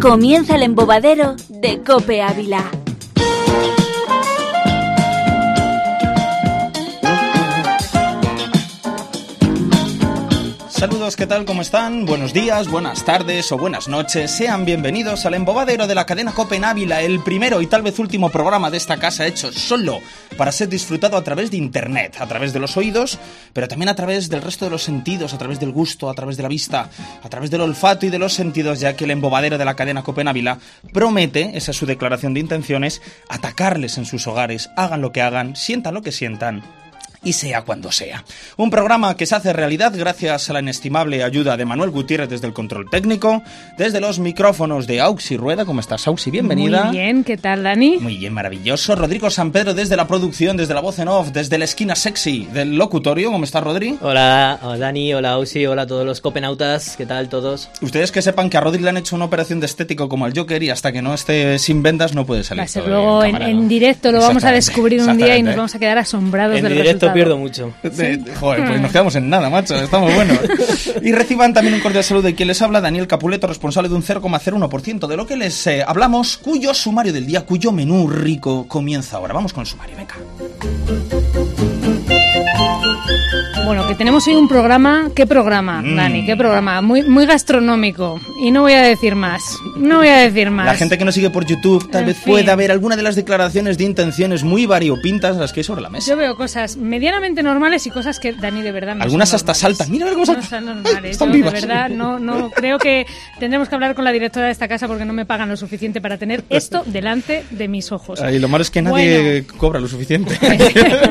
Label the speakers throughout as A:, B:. A: Comienza el embobadero de Cope Ávila.
B: Saludos, ¿qué tal? ¿Cómo están? Buenos días, buenas tardes o buenas noches. Sean bienvenidos al embobadero de la cadena Cope en Ávila, el primero y tal vez último programa de esta casa hecho solo para ser disfrutado a través de internet, a través de los oídos, pero también a través del resto de los sentidos, a través del gusto, a través de la vista, a través del olfato y de los sentidos, ya que el embobadero de la cadena Cope en Ávila promete, esa es su declaración de intenciones, atacarles en sus hogares, hagan lo que hagan, sientan lo que sientan, y sea cuando sea. Un programa que se hace realidad gracias a la inestimable ayuda de Manuel Gutiérrez desde el control técnico, desde los micrófonos de Auxi Rueda. ¿Cómo estás, Auxi? Bienvenida.
C: Muy bien, ¿qué tal, Dani?
B: Muy bien, maravilloso. Rodrigo San Pedro desde la producción, desde la voz en off, desde la esquina sexy del locutorio. ¿Cómo estás, Rodri?
D: Hola, hola Dani, hola Usi, hola a todos los copenautas, ¿qué tal todos?
B: Ustedes que sepan que a Rodri le han hecho una operación de estético como al Joker y hasta que no esté sin vendas no puede salir.
C: Va a ser
B: todavía
C: luego
B: en
C: en,
B: cámara,
C: en
B: ¿no?
C: directo, lo vamos a
B: Exactamente,
C: descubrir un día y nos
B: exactamente.
C: vamos a quedar asombrados
D: en
C: del
D: directo
C: resultado.
D: pierdo mucho.
B: De- joder, pues nos quedamos en nada, macho. Estamos buenos. Y reciban también un cordial saludo de quien les habla, Daniel Capuleto, responsable de un 0,01% de lo que les eh, hablamos, cuyo sumario del día, cuyo menú rico comienza ahora. Vamos con el sumario, venga.
C: Bueno, que tenemos hoy un programa, ¿qué programa,
B: Mm.
C: Dani? ¿Qué programa? Muy, muy gastronómico. Y no voy a decir más, no voy a decir más.
B: La gente que nos sigue por YouTube tal
C: En
B: vez
C: fin.
B: pueda ver alguna de las declaraciones de intenciones muy variopintas las que hay sobre la mesa.
C: Yo veo cosas medianamente normales y cosas que Dani de verdad no
B: Algunas
C: son
B: hasta
C: normales.
B: saltan. Mira cómo
C: No
B: saltan.
C: son
B: Ay,
C: normales.
B: están
C: Yo, de
B: vivas.
C: verdad no, no creo que tendremos que hablar con la directora de esta casa porque no me pagan lo suficiente para tener esto delante de mis ojos.
B: Y lo malo es que nadie cobra lo suficiente.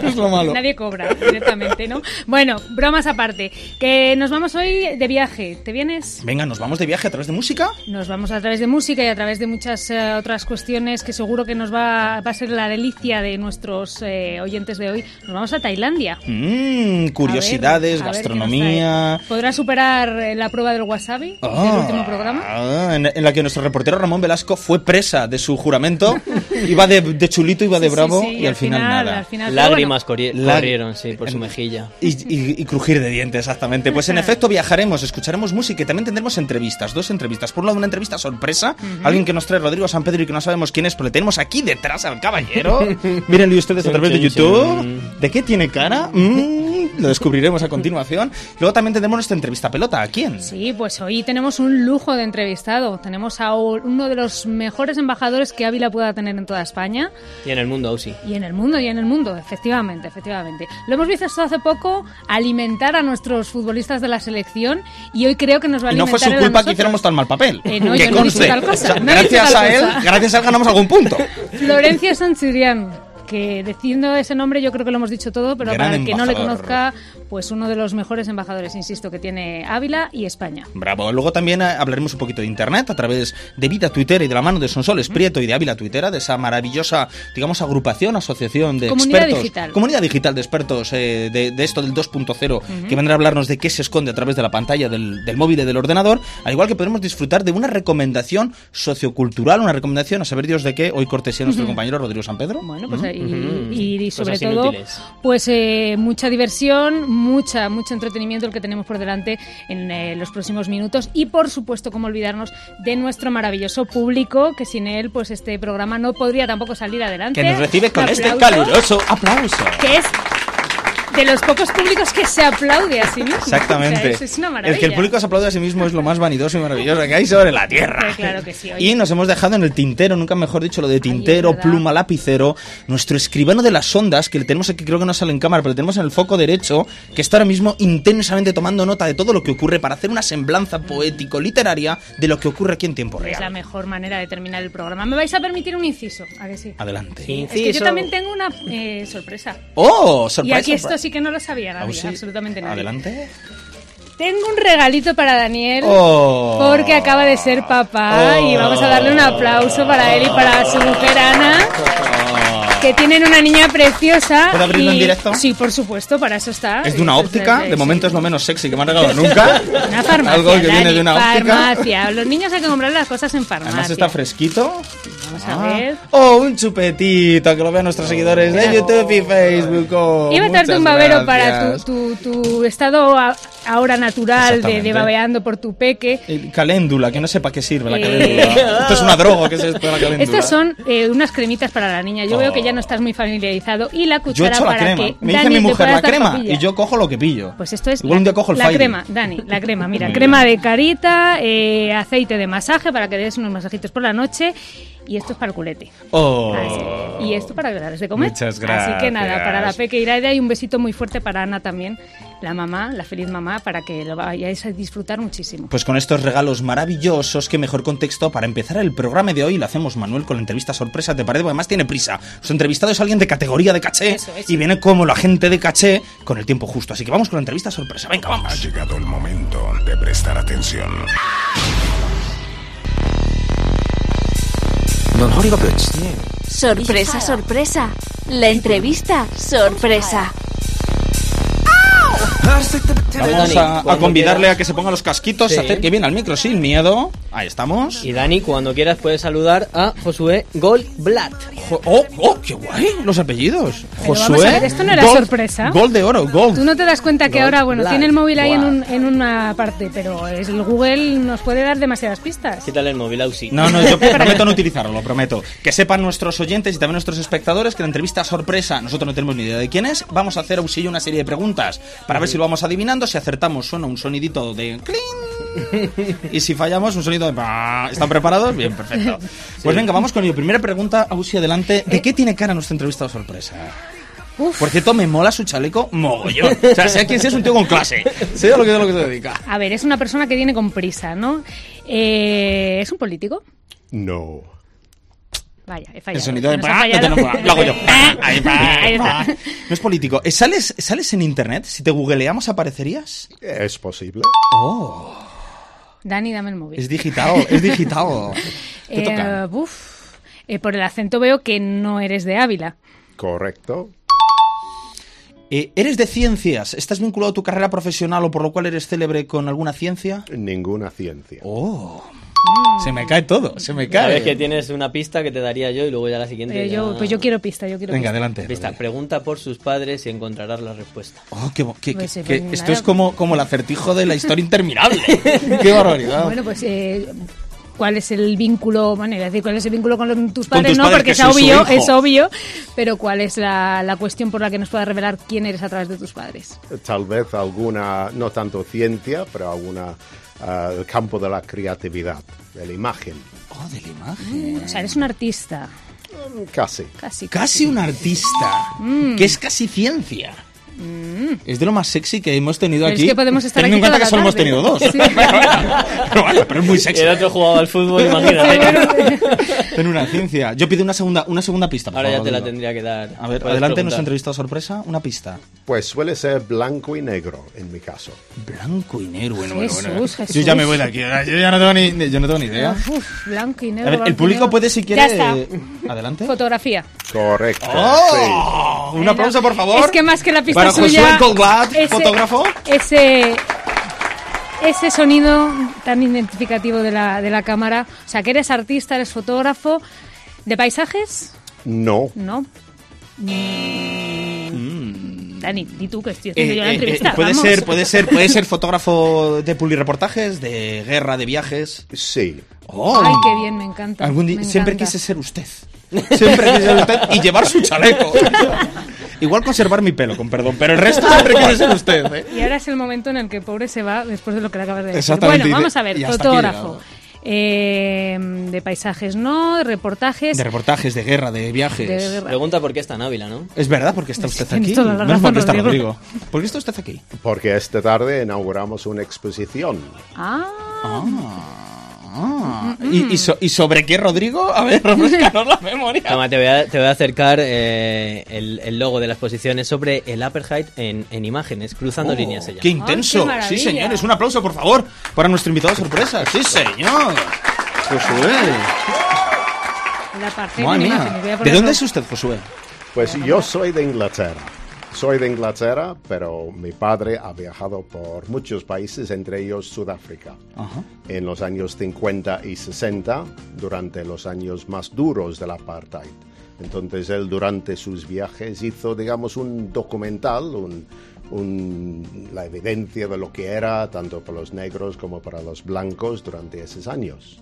B: es lo malo.
C: Nadie cobra directamente, ¿no? Bueno, bromas aparte. Que nos vamos hoy de viaje. ¿Te vienes?
B: Venga, nos vamos de viaje a través de música.
C: Nos vamos a través de música y a través de muchas eh, otras cuestiones que seguro que nos va, va a ser la delicia de nuestros eh, oyentes de hoy. Nos vamos a Tailandia.
B: Mmm, curiosidades,
C: A ver, a ver qué nos
B: gastronomía.
C: trae. ¿Podrá superar eh, la prueba del wasabi del
B: Ah,
C: último programa?
B: ah, en, en la que nuestro reportero Ramón Velasco fue presa de su juramento. iba de, de chulito, iba de
C: Sí, sí,
B: bravo
C: sí,
B: y al final, nada.
C: al final- pero
D: Lágrimas corri-
B: Lá-
D: corrieron, sí, por su
B: en-
D: mejilla.
B: Y, y- y crujir de dientes, exactamente. Pues en efecto viajaremos, escucharemos música y también tendremos entrevistas, dos entrevistas. Por un lado, una entrevista sorpresa, alguien que nos trae Rodrigo San Pedro y que no sabemos quién es, pero le tenemos aquí detrás al caballero. Mírenlo ustedes a través de
D: Chin, chin,
B: YouTube.
D: chin.
B: ¿De qué tiene cara? Mm, lo descubriremos a continuación. Luego también tendremos nuestra entrevista pelota. ¿A quién?
C: Sí, pues hoy tenemos un lujo de entrevistado. Tenemos a u- uno de los mejores embajadores que Ávila pueda tener en toda España
D: Y en el mundo, Usi.
C: y en el mundo, y en el mundo, efectivamente, efectivamente. Lo hemos visto hasta hace poco alimentar a nuestros futbolistas de la selección y hoy creo que nos va a
B: Y no
C: alimentar
B: fue su
C: él a
B: culpa que
C: nosotros.
B: hiciéramos tan mal papel.
C: Eh, no,
B: que
C: yo no he dicho
B: conste.
C: tal cosa,
B: O sea,
C: no he dicho
B: gracias
C: tal
B: a él,
C: cosa.
B: gracias a él ganamos algún punto.
C: Florencia Sanchirián, que diciendo ese nombre yo creo que lo hemos dicho todo, pero
B: Gran
C: para el que no le
B: embajador.
C: conozca, pues uno de los mejores embajadores, insisto, que tiene Ávila y España.
B: Bravo. Luego también eh, hablaremos un poquito de internet a través de Vida Twitter y de la mano de Sonsoles
C: Mm.
B: Prieto y de Ávila Twittera, de esa maravillosa, digamos, agrupación, asociación de
C: Comunidad
B: expertos.
C: digital.
B: Comunidad digital de expertos eh, de, de esto del 2.0 que vendrá a hablarnos de qué se esconde a través de la pantalla del, del móvil y del ordenador. Al igual que podremos disfrutar de una recomendación sociocultural, una recomendación a saber Dios de qué. Hoy cortesía nuestro compañero Rodrigo San Pedro. ¿Mm?
C: Bueno, pues y-
D: Ujú.
C: y, y sobre
D: Cosas
C: todo,
D: inútiles.
C: pues eh, mucha diversión, mucha, mucho entretenimiento el que tenemos por delante en eh, los próximos minutos y por supuesto, como olvidarnos de nuestro maravilloso público, que sin él, pues este programa no podría tampoco salir adelante.
B: Que nos recibe con
C: Un
B: este
C: aplauso,
B: caluroso aplauso.
C: Que es de los pocos públicos que se aplaude a sí mismo.
B: Exactamente.
C: O sea, es, es una maravilla.
B: El que el público se aplaude a sí mismo es lo más vanidoso y maravilloso que hay sobre la tierra.
C: Sí, claro que sí, oye.
B: y nos hemos dejado en el tintero, nunca mejor dicho, lo de tintero,
C: es verdad.
B: pluma, lapicero, nuestro escribano de las ondas, que le tenemos aquí, creo que no sale en cámara, pero le tenemos en el foco derecho, que está ahora mismo intensamente tomando nota de todo lo que ocurre para hacer una semblanza poético-literaria de lo que ocurre aquí en tiempo
C: Es Pues la
B: real.
C: mejor manera de terminar el programa. ¿Me vais a permitir un inciso? ¿A que sí?
B: Adelante.
D: Sí.
C: Es que yo
D: Inciso.
C: también tengo una eh, sorpresa.
B: ¡Oh! Surprise,
C: y aquí esto
B: surprise.
C: sí que no lo sabía nadie,
B: Ah, sí.
C: absolutamente nadie.
B: Adelante.
C: Tengo un regalito para Daniel.
B: Oh.
C: Porque acaba de ser papá y vamos a darle un aplauso para él y para su mujer Ana, que tienen una niña preciosa.
B: ¿Puedo abrirlo
C: y-
B: en directo?
C: Sí, por supuesto, para Ah, eso está.
B: Es de una óptica, de momento es lo menos sexy que me han regalado nunca.
C: Una farmacia.
B: Algo que viene
C: Dani,
B: de una óptica.
C: Farmacia. Los niños hay que comprar las cosas en farmacia.
B: Además está fresquito.
C: Ah, Vamos Vamos a ver.
B: O un chupetito, que lo vean nuestros seguidores de YouTube y Facebook. Oh,
C: Iba a traerte
B: muchas
C: un babero para
B: gracias.
C: tu, tu- tu estado a- ahora natural de- de,
B: Exactamente.
C: babeando por tu peque.
B: El caléndula, que no sepa qué sirve la
C: Eh.
B: caléndula. Esto es una droga, ¿qué es esto de la caléndula?
C: Estas son eh, unas cremitas para la niña. Yo
B: Oh.
C: veo que ya no estás muy familiarizado. Y la
B: Yo he
C: cuchara
B: hecho la
C: para
B: crema.
C: que
B: Me dice
C: Dani
B: mi
C: te
B: mujer
C: puedas
B: la
C: dar
B: crema
C: papilla.
B: y yo cojo lo que pillo.
C: Pues esto es
B: Igual
C: la,
B: un día cojo el
C: la
B: Fairy.
C: crema, Dani, la crema. Mira,
B: Muy
C: crema de carita, eh, aceite de masaje para que des unos masajitos por la noche y esto es para el culete.
B: Oh.
C: Así. Y esto para que darles de comer.
B: Muchas
C: Así que nada,
B: gracias.
C: para la Peque Iraida y un besito muy fuerte para Ana también, la mamá, la feliz mamá, para que lo vayáis a disfrutar muchísimo.
B: Pues con estos regalos maravillosos, qué mejor contexto para empezar el programa de hoy. Lo hacemos, Manuel, con la entrevista sorpresa, ¿te parece? Porque además tiene prisa. Su entrevistado es alguien de categoría de caché
C: Eso, eso.
B: y viene como la gente de caché con el tiempo justo. Así que vamos con la entrevista sorpresa. Pues Venga,
E: Ha
B: vamos.
E: llegado el momento de prestar atención.
F: なん針が別に
A: Sorpresa, sorpresa. La entrevista, sorpresa.
B: Vamos
D: Dani,
B: a, a
D: cuando
B: convidarle
D: quieras.
B: a que se ponga los casquitos,
D: Sí.
B: se acerque bien al micro sin miedo. Ahí estamos.
D: Y Dani, cuando quieras puedes saludar a Josué Goldblatt.
B: Jo- ¡Oh, oh, qué guay! Los apellidos.
C: Pero vamos a ver, esto no era
B: Gold-
C: sorpresa.
B: Gol de oro,
C: Tú
B: Gold.
C: no te das cuenta que
D: Gold
C: ahora, bueno,
D: Black.
C: tiene el móvil ahí en,
D: Buah.
C: un- en una parte, pero es- el Google nos puede dar demasiadas pistas.
D: ¿Qué tal el móvil, Ausi?
B: No, no, yo prometo no utilizarlo, lo prometo. Que sepan nuestros oyentes y también nuestros espectadores que la entrevista sorpresa, nosotros no tenemos ni idea de quién es, vamos a hacer auxilio una serie de preguntas para ver si lo vamos adivinando, si acertamos suena un sonidito de cling y si fallamos un sonido de... pa. ¿Están preparados? Bien, perfecto. Pues venga, vamos con mi primera pregunta, Ausi, adelante. ¿De qué tiene cara nuestro entrevistado sorpresa?
C: Uf.
B: Por cierto, me mola su chaleco mogollón. O sea, sea quien sea, es un tío con clase. Sea lo que, lo que se dedica.
C: A ver, es una persona que viene con prisa, ¿no? Eh, ¿Es un político?
E: No.
C: Vaya, he fallado.
B: El sonido de
C: Nos
B: pa, no
C: ha
B: te
C: fallado.
B: lo puedo- lo hago yo. Pa, ahí, pa,
C: Ahí está.
B: pa. No es político. Eh, ¿Sales, ¿Sales en internet? Si te googleamos, ¿aparecerías?
E: ¿Es posible?
B: Oh,
C: Dani, dame el móvil.
B: es digital, es digital. Te
C: Eh,
B: toca.
C: buf. Eh, por el acento veo que no eres de Ávila.
E: Correcto.
B: Eh, ¿Eres de ciencias? ¿Estás vinculado a tu carrera profesional o por lo cual eres célebre con alguna ciencia?
E: Ninguna ciencia.
B: Oh. Se me cae todo, se me
D: Sabes que
B: cae.
D: tienes una pista que te daría yo y luego ya la siguiente.
C: Eh,
D: ya-
C: yo, pues yo quiero pista, yo quiero
B: Venga,
C: pista.
B: adelante.
D: Pista, pregunta por sus padres y encontrarás la respuesta.
B: Oh, qué bo- qué-
C: Pues
B: qué-
C: sí, pues
B: qué-
C: nada.
B: esto es como, como el acertijo de la historia interminable. ¡Qué barbaridad!
C: Bueno, pues eh, ¿cuál es el vínculo? Bueno, iba a decir cuál es el vínculo con, los- tus
B: Con
C: padres,
B: tus
C: no,
B: padres,
C: porque
B: que
C: es
B: soy su
C: obvio,
B: hijo.
C: es obvio, pero ¿cuál es la, la cuestión por la que nos pueda revelar quién eres a través de tus padres?
G: tal vez alguna, no tanto ciencia, pero alguna ah, el campo de la creatividad, de la imagen,
B: Oh, de la imagen. Mm,
C: O sea, eres un artista,
G: casi.
C: casi. Mm.
B: Casi un artista, que es casi ciencia. Es de lo más sexy que hemos tenido
C: Pero es
B: aquí.
C: que podemos estar
B: teniendo
C: aquí
B: en cuenta
C: toda
B: que solo
C: la
B: hemos tenido dos.
C: tarde. Sí.
B: pero, bueno, pero es muy sexy.
D: El otro jugaba al fútbol, imagínate.
B: En una ciencia. Yo pido una segunda, una segunda pista. por
D: Ahora ya
B: favor,
D: te la
B: Diego.
D: tendría que dar.
B: A ver,
D: Puedes
B: adelante, nos
D: preguntar.
B: entrevistado sorpresa. Una pista.
G: Pues suele ser blanco y negro en mi caso.
B: Blanco y negro. Bueno, bueno, bueno.
C: Jesús, Jesús.
B: Yo ya me voy de aquí. Yo ya no tengo ni, yo no tengo ni idea.
C: Uf, blanco y
B: A
C: negro.
B: ver, el
C: blanco y
B: público
C: negro.
B: puede, si quiere.
C: Ya está.
B: eh, Adelante.
C: Fotografía.
G: Correcto.
B: ¡Oh! Un aplauso, por favor.
C: Es que más que la pista
B: Para
C: suya.
B: Josué Colblatt,
C: ese-
B: fotógrafo.
C: Ese. Ese sonido tan identificativo de la, de la cámara. O sea, que eres artista, eres fotógrafo. ¿De paisajes?
G: sí. No.
C: No. Dani, di tú que estoy
B: Mm. Eh,
C: haciendo yo la
B: eh,
C: entrevista.
B: eh, puede
C: vamos.
B: ser, puede ser, puede ser fotógrafo de publireportajes, de guerra, de viajes.
G: Sí.
B: Oh.
C: Ay, qué bien, me encanta.
B: Algún día-
C: me
B: siempre
C: encanta.
B: quise ser usted.
C: Eh,
B: Siempre quise ser usted y llevar su chaleco. Igual conservar mi pelo, con perdón, pero el resto siempre quise ser usted. ¿eh?
C: Y ahora es el momento en el que el pobre se va después de lo que le acabas de decir.
B: Exactamente,
C: Bueno,
B: y de-
C: vamos a ver,
B: y hasta aquí
C: fotógrafo.
B: he
C: Eh, de paisajes no, de reportajes.
B: De reportajes, de guerra, de viajes.
C: de guerra.
D: Pregunta por qué está en Ávila, ¿no?
B: Es verdad, porque está usted
C: Tienes
B: aquí.
C: toda la
B: Menos mal
C: razón,
B: que está
C: Rodrigo.
B: Rodrigo. ¿Por qué está usted aquí?
G: Porque esta tarde inauguramos una exposición.
C: Ah,
B: Ah, ¿Y, y so- ¿y sobre qué, Rodrigo? A ver, refrescanos la memoria.
D: Toma, te voy a, te voy a acercar eh, el, el logo de la exposición. Es sobre el apartheid en, en imágenes, cruzando
B: Oh,
D: líneas se llama.
B: ¡Qué intenso! sí,
C: Ay, qué maravilla.
B: señores, un aplauso, por favor, para nuestro invitado sorpresa. ¡Sí, señor! Pues Josué.
C: la parte
B: Madre
C: de
B: mía.
C: imágenes, voy a
B: ¿De
C: ponerlo.
B: dónde es usted, Josué?
G: Pues yo soy de Inglaterra. Soy de Inglaterra, pero mi padre ha viajado por muchos países, entre ellos Sudáfrica.
B: Ajá.
G: En los años 50 y 60, durante los años más duros del apartheid. Entonces él durante sus viajes hizo, digamos, un documental, un- un- la evidencia de lo que era, tanto para los negros como para los blancos durante esos años.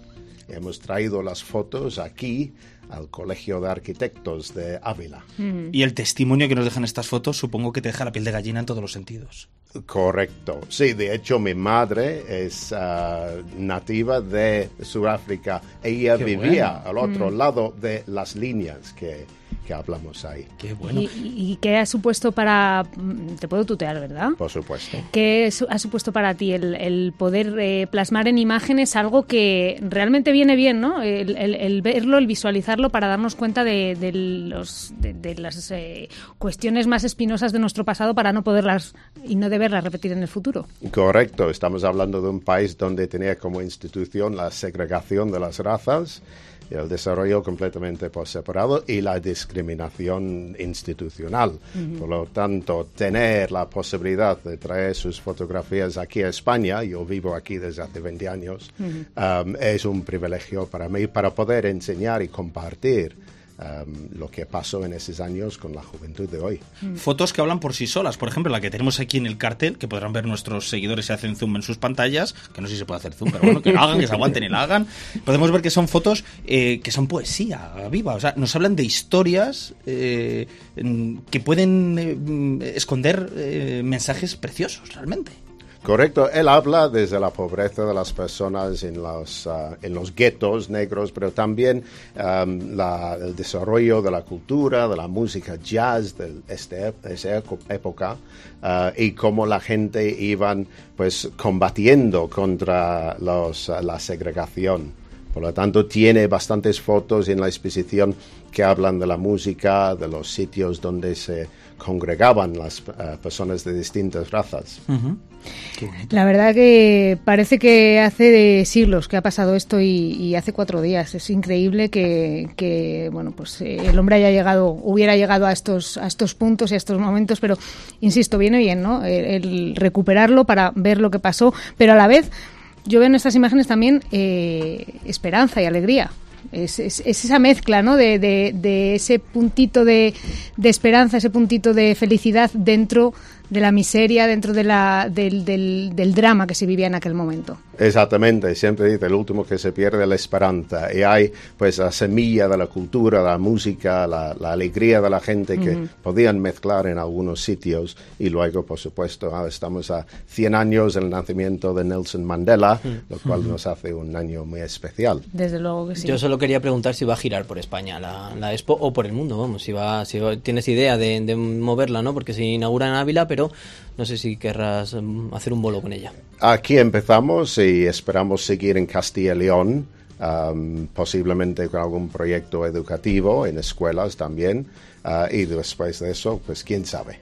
G: Hemos traído las fotos aquí al Colegio de Arquitectos de Ávila.
B: Y el testimonio que nos dejan estas fotos supongo que te deja la piel de gallina en todos los sentidos.
G: Correcto. Sí, de hecho mi madre es ah, nativa de Sudáfrica. e Ella
B: Qué
G: vivía al otro lado de las líneas que, que hablamos ahí,
B: Qué bueno.
C: ¿Y, y- y qué ha supuesto para... mm, Te puedo tutear, ¿verdad?
G: por supuesto.
C: ¿Qué su- ha supuesto para ti el, el poder eh, plasmar en imágenes algo que realmente viene bien, ¿no? El, el- el verlo, el visualizarlo para darnos cuenta de, de los, de, de las eh, cuestiones más espinosas de nuestro pasado para no poderlas y no deberlas repetir en el futuro.
G: Correcto, estamos hablando de un país donde tenía como institución la segregación de las razas, el desarrollo completamente por separado y la discriminación institucional. Por lo tanto, tener la posibilidad de traer sus fotografías aquí a España, yo vivo aquí desde hace 20 años, um, es un privilegio para mí para poder enseñar y compartir um, lo que pasó en esos años con la juventud de hoy.
B: Fotos que hablan por sí solas. Por ejemplo, la que tenemos aquí en el cartel, que podrán ver nuestros seguidores si hacen zoom en sus pantallas, que no sé si se puede hacer zoom, pero bueno, que lo hagan, que se aguanten y la hagan. Podemos ver que son fotos eh, que son poesía viva. O sea, nos hablan de historias eh, en- que pueden eh, mm, esconder eh, mensajes preciosos, realmente.
G: Correcto, él habla desde la pobreza de las personas en los, ah, en los guetos negros, pero también am, la- el desarrollo de la cultura, de la música jazz de este, esa eco- época ah, y cómo la gente iban pues combatiendo contra los, ah, la segregación. Por lo tanto, tiene bastantes fotos en la exposición que hablan de la música, de los sitios donde se congregaban las eh, personas de distintas razas.
C: La verdad que parece que hace siglos que ha pasado esto y, y hace cuatro días. Es increíble que, que, bueno, pues eh, el hombre haya llegado, hubiera llegado a estos, a estos puntos y a estos momentos, pero insisto, viene bien, ¿no? El, el recuperarlo para ver lo que pasó, pero a la vez yo veo en estas imágenes también eh, esperanza y alegría. Es, es- es esa mezcla, ¿no? De, de- de ese puntito de, de esperanza, ese puntito de felicidad dentro de la miseria, dentro de la, del, del- del drama que se vivía en aquel momento.
G: Exactamente, siempre dice el último que se pierde es la esperanza. Y hay pues la semilla de la cultura, la música, la, la alegría de la gente que podían mezclar en algunos sitios. Y luego, por supuesto, ahora estamos a 100 años del nacimiento de Nelson Mandela, lo cual nos hace un año muy especial.
C: Desde luego que sí.
D: Yo solo quería preguntar si va a girar por España la, la expo o por el mundo, vamos, si va, si va- tienes idea de, de moverla, ¿no? Porque se inaugura en Ávila, pero no sé si querrás mm, hacer un bolo con ella.
G: Aquí empezamos y esperamos seguir en Castilla y León, am, posiblemente con algún proyecto educativo en escuelas también. ah, y después de eso, pues quién sabe.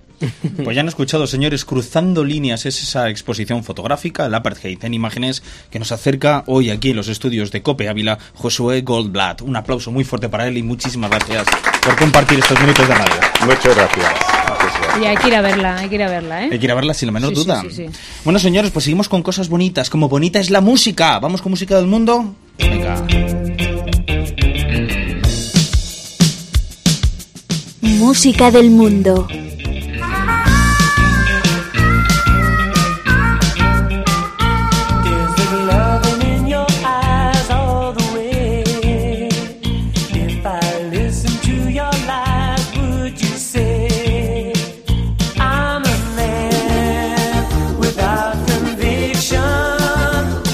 B: Pues ya han escuchado, señores, Cruzando Líneas es esa exposición fotográfica, el Apartheid en imágenes, que nos acerca hoy aquí en los estudios de Cope Ávila, Josué Goldblatt. Un aplauso muy fuerte para él y muchísimas gracias por compartir estos minutos de radio.
G: Muchas gracias. Muchas gracias.
C: Y hay que ir a verla, hay que ir a verla, ¿eh?
B: Hay que ir a verla sin la menor
C: Sí, sí,
B: duda.
C: sí, sí.
B: Bueno, señores, pues seguimos con cosas bonitas, como bonita es la música. Vamos con música del mundo. Venga.
A: Música del mundo.
F: There's big loving in your eyes all the way. If I listen to your lies, would you say I'm a man without conviction?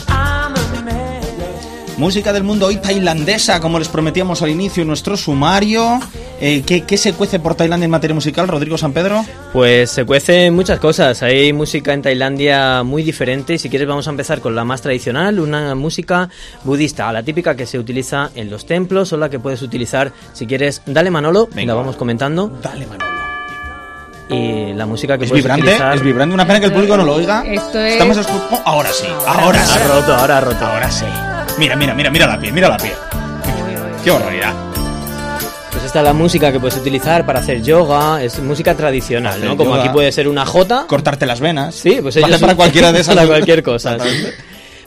F: I'm a man.
B: Música del mundo hoy tailandesa, como les prometíamos al inicio en nuestro sumario. Eh, ¿qué, ¿Qué se cuece por Tailandia en materia musical, Rodrigo San Pedro?
D: Pues se cuecen muchas cosas. Hay música en Tailandia muy diferente. y Si quieres, vamos a empezar con la más tradicional, una música budista, la típica que se utiliza en los templos o la que puedes utilizar si quieres. Dale Manolo,
B: Venga.
D: la vamos comentando.
B: Dale, Manolo.
D: Y la música que
B: Es
D: puedes
B: vibrante,
D: utilizar.
B: es vibrante. Una pena que el público no lo oiga.
C: Esto es-
B: Estamos escu- Oh, ahora sí, ahora sí.
D: Ha roto, ahora ha roto.
B: Ahora sí. Mira, mira, mira, mira la piel, mira la piel. Qué barbaridad.
D: Pues esta está la música que puedes utilizar para hacer yoga, es música tradicional,
B: Hacer
D: ¿no? Como
B: yoga.
D: aquí puede ser una jota.
B: Cortarte las venas.
D: Sí, pues
B: vale
D: ellos-
B: para cualquiera de esas.
D: para cualquier cosa. sí.
B: Exactamente.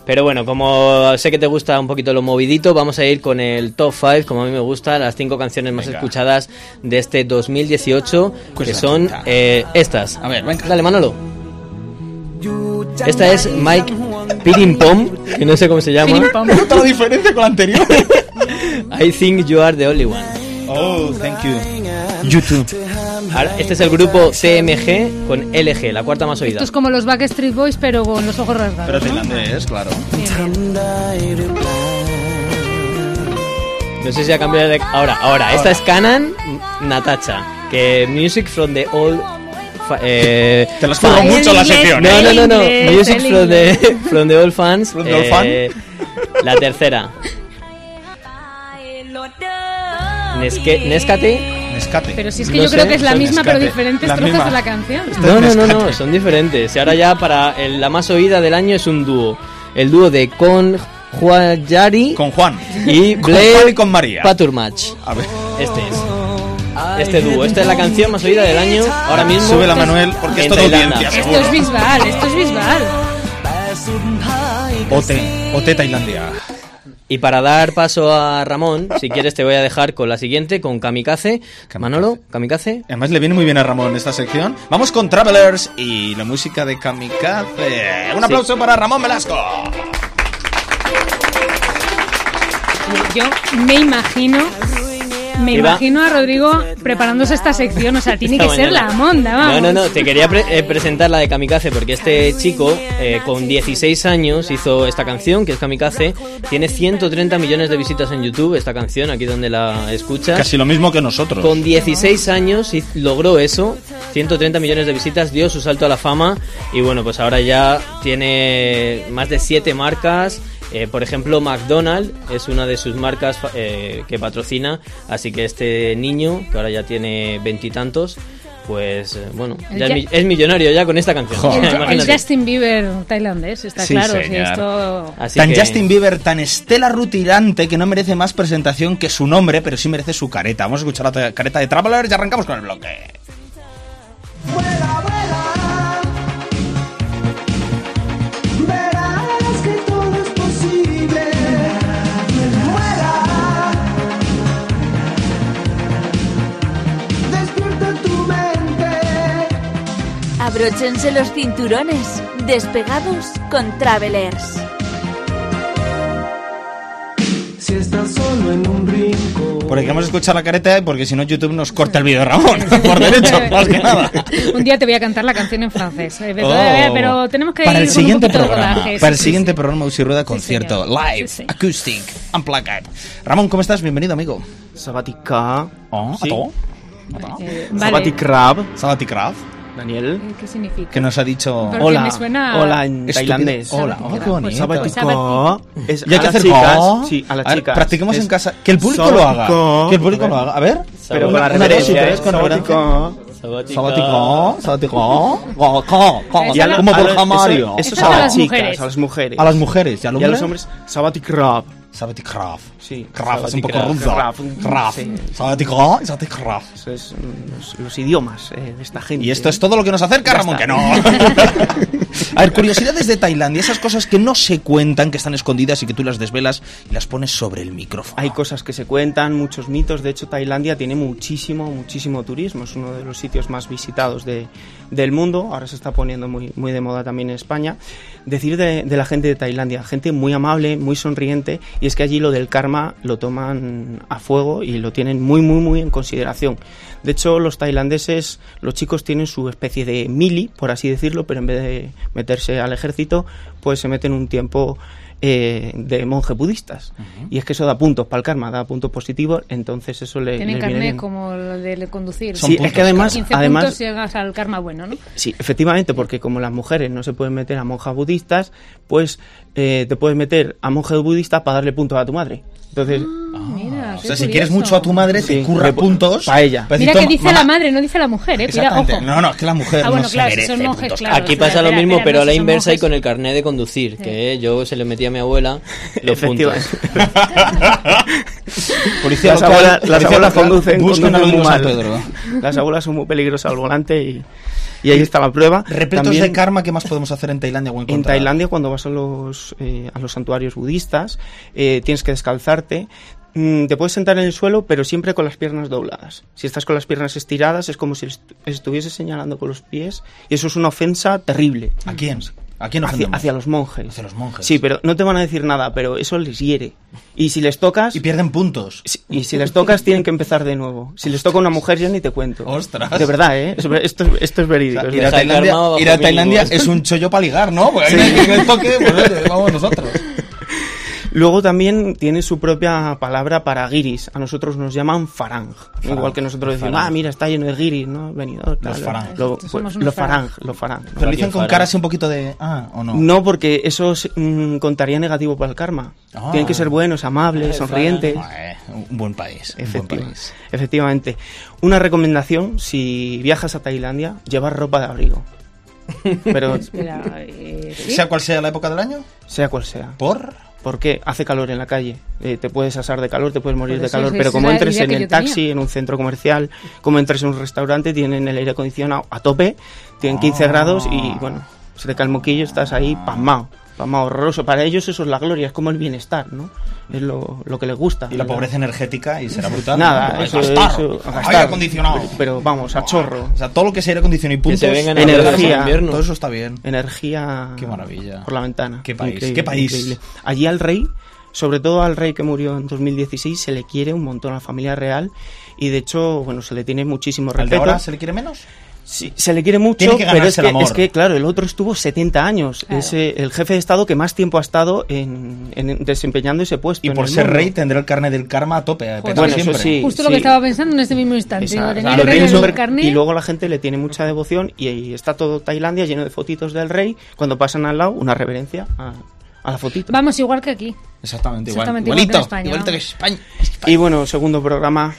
D: Pero bueno, como sé que te gusta un poquito lo movidito, vamos a ir con el top 5, como a mí me gusta, las cinco canciones más
B: Venga.
D: escuchadas de este 2018,
B: Pues
D: que
B: la
D: son
B: quinta.
D: eh, estas.
B: A ver, venga.
D: Dale, Manolo. Esta es Mike Pirimpom, que no sé cómo se llama.
C: Pirimpom.
B: Nota la diferencia con la anterior.
D: I think you are the only one.
B: oh, thank you. YouTube.
D: Ahora, este es el grupo CMG con LG, la cuarta más oída.
C: Esto es como los Backstreet Boys, pero con los ojos
B: Pero
C: rasgados.
B: tailandés, claro.
D: No sé si ha cambiado de... Ahora, ahora. Esta es Canan Natacha. Que Music from the Old... fa- eh,
B: Te las juego mucho la sección.
D: No,
B: ¿eh?
D: no, no, no.
C: El inglés,
D: Music
C: el
D: from the,
C: inglés.
D: from the Old Fans.
B: From the old
D: fan. La tercera. Nesque- Nescate.
B: Nescate.
C: Pero si es que
D: No
C: yo
D: sé,
C: creo que es la
B: son
C: misma, pero
B: escape.
C: diferentes
B: La
C: trozos
B: misma.
C: de la canción.
D: No, no, no, no.
B: Nescate.
D: Son diferentes. Y ahora ya para el- la más oída del año es un dúo. El dúo de Con Huayari
B: Con Juan.
D: y
B: con
D: Blair
B: Juan y con María.
D: Paturmatch.
B: A ver.
D: Este es. Este dúo, esta es la canción más oída del año ahora mismo.
B: Sube la Manuel porque
D: en
B: esto de
D: Tailandia.
B: audiencia,
C: Esto
B: seguro.
C: es Bisbal, esto es Bisbal.
B: Ote, Ote Tailandia.
D: Y para dar paso a Ramón, si quieres te voy a dejar con la siguiente, con Kamikaze. Manolo, Kamikaze.
B: Además le viene muy bien a Ramón esta sección. Vamos con Travelers y la música de Kamikaze. Un aplauso para Ramón Velasco.
C: Yo me imagino. Me
D: Iba-
C: imagino a Rodrigo preparándose esta sección, o sea, tiene
D: Esta
C: que ser la
D: mañana.
C: monda, vamos.
D: No, no, no, te quería pre- eh, presentar la de Kamikaze porque este chico eh, con 16 años hizo esta canción que es Kamikaze. Tiene 130 millones de visitas en YouTube esta canción, aquí donde la escuchas.
B: Casi lo mismo que nosotros.
D: Con 16 años hiz- logró eso, 130 millones de visitas, dio su salto a la fama y bueno, pues ahora ya tiene más de 7 marcas. eh, por ejemplo, McDonald's es una de sus marcas fa- eh, que patrocina, así que este niño, que ahora ya tiene veintitantos, pues eh, bueno,
C: El
D: ya es,
C: ya-
D: mi- es millonario ya con esta canción.
B: Joder.
D: O sea,
C: El
D: imagínate.
C: Justin Bieber tailandés, está
B: Sí,
C: claro. Si
B: señor.
C: esto...
D: Así
B: tan
D: que-
B: Justin Bieber, tan estela rutilante que no merece más presentación que su nombre, pero sí merece su careta. Vamos a escuchar la ta- careta de Travelers y arrancamos con el bloque.
H: Verás que todo es posible. Vuela. Despierta tu mente.
A: Abróchense los cinturones. Despegados con Travelers.
H: Si estás solo en un rincón.
B: Porque queremos escuchar la careta porque si no YouTube nos corta el vídeo, Ramón. Por derecho, más que nada.
C: Un día te voy a cantar la canción en francés. eh, Pero,
B: Oh.
C: pero tenemos que
B: para
C: ir
B: el
C: con
B: siguiente
C: un poquito de
B: programa, para
C: rodaje, sí,
B: el
C: sí,
B: siguiente
C: sí.
B: programa Usi Rueda concierto
C: señor.
B: live,
C: Sí, sí.
B: acoustic, unplugged. Ramón, ¿cómo estás? Bienvenido, amigo.
I: Sabatica.
B: Oh,
I: Sí.
C: Eh, vale.
I: Sabaticrab.
B: Sabaticraft,
I: Daniel.
C: Eh, ¿Qué significa?
B: que nos ha dicho
C: Porque
I: Hola.
C: me suena-
I: Hola en
B: Estúpido.
I: tailandés.
B: Hola, oh, qué bonito.
C: Sabatica.
I: Sabatica. Es
B: Y hay
I: a
B: que
I: las
B: hacer
I: chicas.
B: oh.
I: Sí, a las
B: ver,
I: chicas.
B: Practiquemos
I: Es
B: en casa. Que el público lo
I: sabatica.
B: haga. Que el público lo haga. A ver.
I: Pero con
B: Una-
I: la
B: una, dos y
I: reverencia.
B: tres,
I: ¿eh?
B: con reverencia.
I: Sabatica.
B: Sabático, sabático, go, go, go.
C: Y a la-
B: como
I: a la-
B: Borja
I: eso-
B: Mario.
I: Eso, es
C: Eso
I: a
C: a
I: las
C: las
I: chicas,
C: mujeres.
I: a las mujeres.
B: A las mujeres, ¿y a los
I: y a los
B: hombres?
I: hombres, sabaticrab.
B: Sabaticraft.
I: Sí,
B: Craf, es un poco
I: sabaticraf.
B: ruso.
I: Craf,
B: Craf.
I: sí.
B: Sabático, sabáticraft.
I: Eso es mm, los, los idiomas eh, de esta gente.
B: Y esto es todo lo que nos acerca,
I: Ya
B: Ramón,
I: está.
B: que no. A ver, curiosidades de Tailandia, esas cosas que no se cuentan, que están escondidas y que tú las desvelas y las pones sobre el micrófono.
I: Hay cosas que se cuentan, muchos mitos. De hecho, Tailandia tiene muchísimo, muchísimo turismo. Es uno de los sitios más visitados de- del mundo. Ahora se está poniendo muy, muy de moda también en España. Decir de, de la gente de Tailandia, gente muy amable, muy sonriente. Y es que allí lo del karma lo toman a fuego y lo tienen muy, muy, muy en consideración. De hecho, los tailandeses, los chicos tienen su especie de mili, por así decirlo, pero en vez de meterse al ejército, pues se meten un tiempo eh, de monjes budistas. Y es que eso da puntos para el karma, da puntos positivos, entonces eso le,
C: Tienen
I: les viene
C: carnet
I: bien.
C: como el de conducir.
I: Sí, es que además,
C: 15 puntos
I: además
C: llegas al karma bueno, ¿no?
I: sí, efectivamente, porque como las mujeres no se pueden meter a monjas budistas, pues eh, te puedes meter a monjes budistas para darle puntos a tu madre. Entonces,
C: Mira, Ah,
B: O
C: qué
B: sea, si
C: curioso.
B: quieres mucho a tu madre, te
I: Sí,
B: curra
I: de pu-
B: puntos.
I: paella.
B: para decir,
C: Mira que
B: "Toma,
C: dice
B: mamá".
C: la madre, no dice la mujer, eh. Cuidado,
B: Exactamente.
C: ojo.
B: No, no, es que la mujer
C: Ah, bueno,
B: no
C: claro,
B: se
C: si
B: merece
C: son monjes,
B: puntos.
C: claro.
D: Aquí
C: espera,
D: pasa lo
C: espera,
D: mismo,
C: espera,
D: pero
C: no,
D: a la
C: si son
D: inversa y
C: monjes.
D: con el carnet de conducir, que eh, yo se le metí a mi abuela los puntos.
I: Efectivamente.
B: Policía
I: las
B: local,
I: abuelas, las
B: policía
I: abuelas
B: local,
I: conducen,
B: busquen
I: conducen
B: a
I: muy
B: Domingo
I: mal.
B: San Pedro.
I: Las abuelas son muy peligrosas al volante y, y ahí está la prueba.
B: Repletos
I: También-
B: de karma, ¿qué más podemos hacer en Tailandia o
I: En
B: encontrar?
I: Tailandia, cuando vas a los, eh, a los santuarios budistas, eh, tienes que descalzarte. Mm, Te puedes sentar en el suelo, pero siempre con las piernas dobladas. Si estás con las piernas estiradas, es como si est- estuvieses señalando con los pies. Y eso es una ofensa terrible.
B: ¿A quién? ¿A quién
I: Hacia,
B: ofendemos?
I: hacia los monjes.
B: Hacia los monjes.
I: Sí, pero no te van a decir nada, pero eso les hiere. Y si les tocas.
B: Y pierden puntos.
I: si- Y si les tocas, tienen que empezar de nuevo. Si les toca una mujer, ya ni te cuento.
B: Ostras.
I: De verdad, ¿eh? Es ver- Esto, es- esto es verídico.
B: O sea,
I: es
B: ir a
I: verdad.
D: Dejar
B: Tailandia,
D: armado bajo
B: ir a
D: mínimo.
B: Tailandia es un chollo para ligar, ¿no? Porque ahí no hay que toque, pues oye, vamos nosotros.
I: Luego también tiene su propia palabra para guiris. A nosotros nos llaman farang. Igual que nosotros decimos,
D: Farang.
I: ah, mira, está lleno de guiris, ¿no? Venido.
B: Los farang.
I: Lo,
C: Nosotros
I: pues,
C: somos unos
I: lo
C: farang.
I: farang, lo farang.
B: Pero lo dicen con
D: Farang.
B: cara así un poquito de. Ah, o no.
I: No, porque eso es, mm, contaría negativo para el karma.
B: Ah.
I: Tienen que ser buenos, amables, sonrientes.
B: Eh, pues un buen país. Un buen
I: Efectiva-
B: país.
I: Efectivamente. Una recomendación, si viajas a Tailandia, llevar ropa de abrigo. Pero
C: Espera, eh, ¿sí?
B: Sea cual sea la época del año,
I: sea cual sea.
B: por.
I: Porque hace calor en la calle. Eh, te puedes asar de calor, te puedes morir
C: Por
I: de
C: eso
I: calor.
C: es-
I: Pero
C: esa
I: como
C: era la
I: entres
C: idea
I: en
C: que
I: el
C: yo
I: taxi,
C: tenía.
I: en un centro comercial, como entres en un restaurante, tienen el aire acondicionado a tope, tienen 15
B: Ah.
I: grados y bueno, se te cae el moquillo, estás ahí pasmao. Pasmao, horroroso. Para ellos eso es la gloria, es como el bienestar, ¿no? Es lo, lo que les gusta.
B: Y la pobreza energética y será brutal.
I: Nada,
B: Ay,
I: eso,
B: gastar,
I: eso- a gastar.
B: Aire acondicionado.
I: Pero vamos, a chorro.
B: O sea, todo lo que sea aire acondicionado y puntos.
D: se vengan
I: a ver los
D: inviernos.
B: Todo eso está bien.
I: Energía.
B: Qué maravilla.
I: Por la ventana.
B: Qué país, qué país.
I: Allí al rey, sobre todo al rey que murió en 2016, se le quiere un montón a la familia real y de hecho, bueno, se le tiene muchísimo
B: ¿Al de
I: respeto.
B: ahora se le quiere menos?
I: Sí, se le quiere mucho,
B: Tiene que
I: pero es
B: ganarse el
I: que,
B: amor.
I: es que, claro, el otro estuvo 70 años. Es eh, el jefe de Estado que más tiempo ha estado en, en- desempeñando ese puesto.
B: Y
I: en
B: por
I: el
B: ser
I: mundo.
B: rey tendrá el carnet del karma a tope. a petar
I: Bueno, eso
B: siempre.
I: sí.
C: Justo lo que
I: sí.
C: estaba pensando en este mismo instante.
I: Esa-
C: Digo, tenía
I: lo
C: que ver
I: pienso,
C: el carnet.
I: y luego la gente le tiene mucha devoción y, ahí está todo Tailandia lleno de fotitos del rey. Cuando pasan al lado, una reverencia a, a la fotito.
C: Vamos, igual que aquí.
B: Exactamente igual.
C: Exactamente igual que en
B: igualito.
C: España,
B: igualito que
C: vamos.
B: España.
I: Y bueno, segundo programa,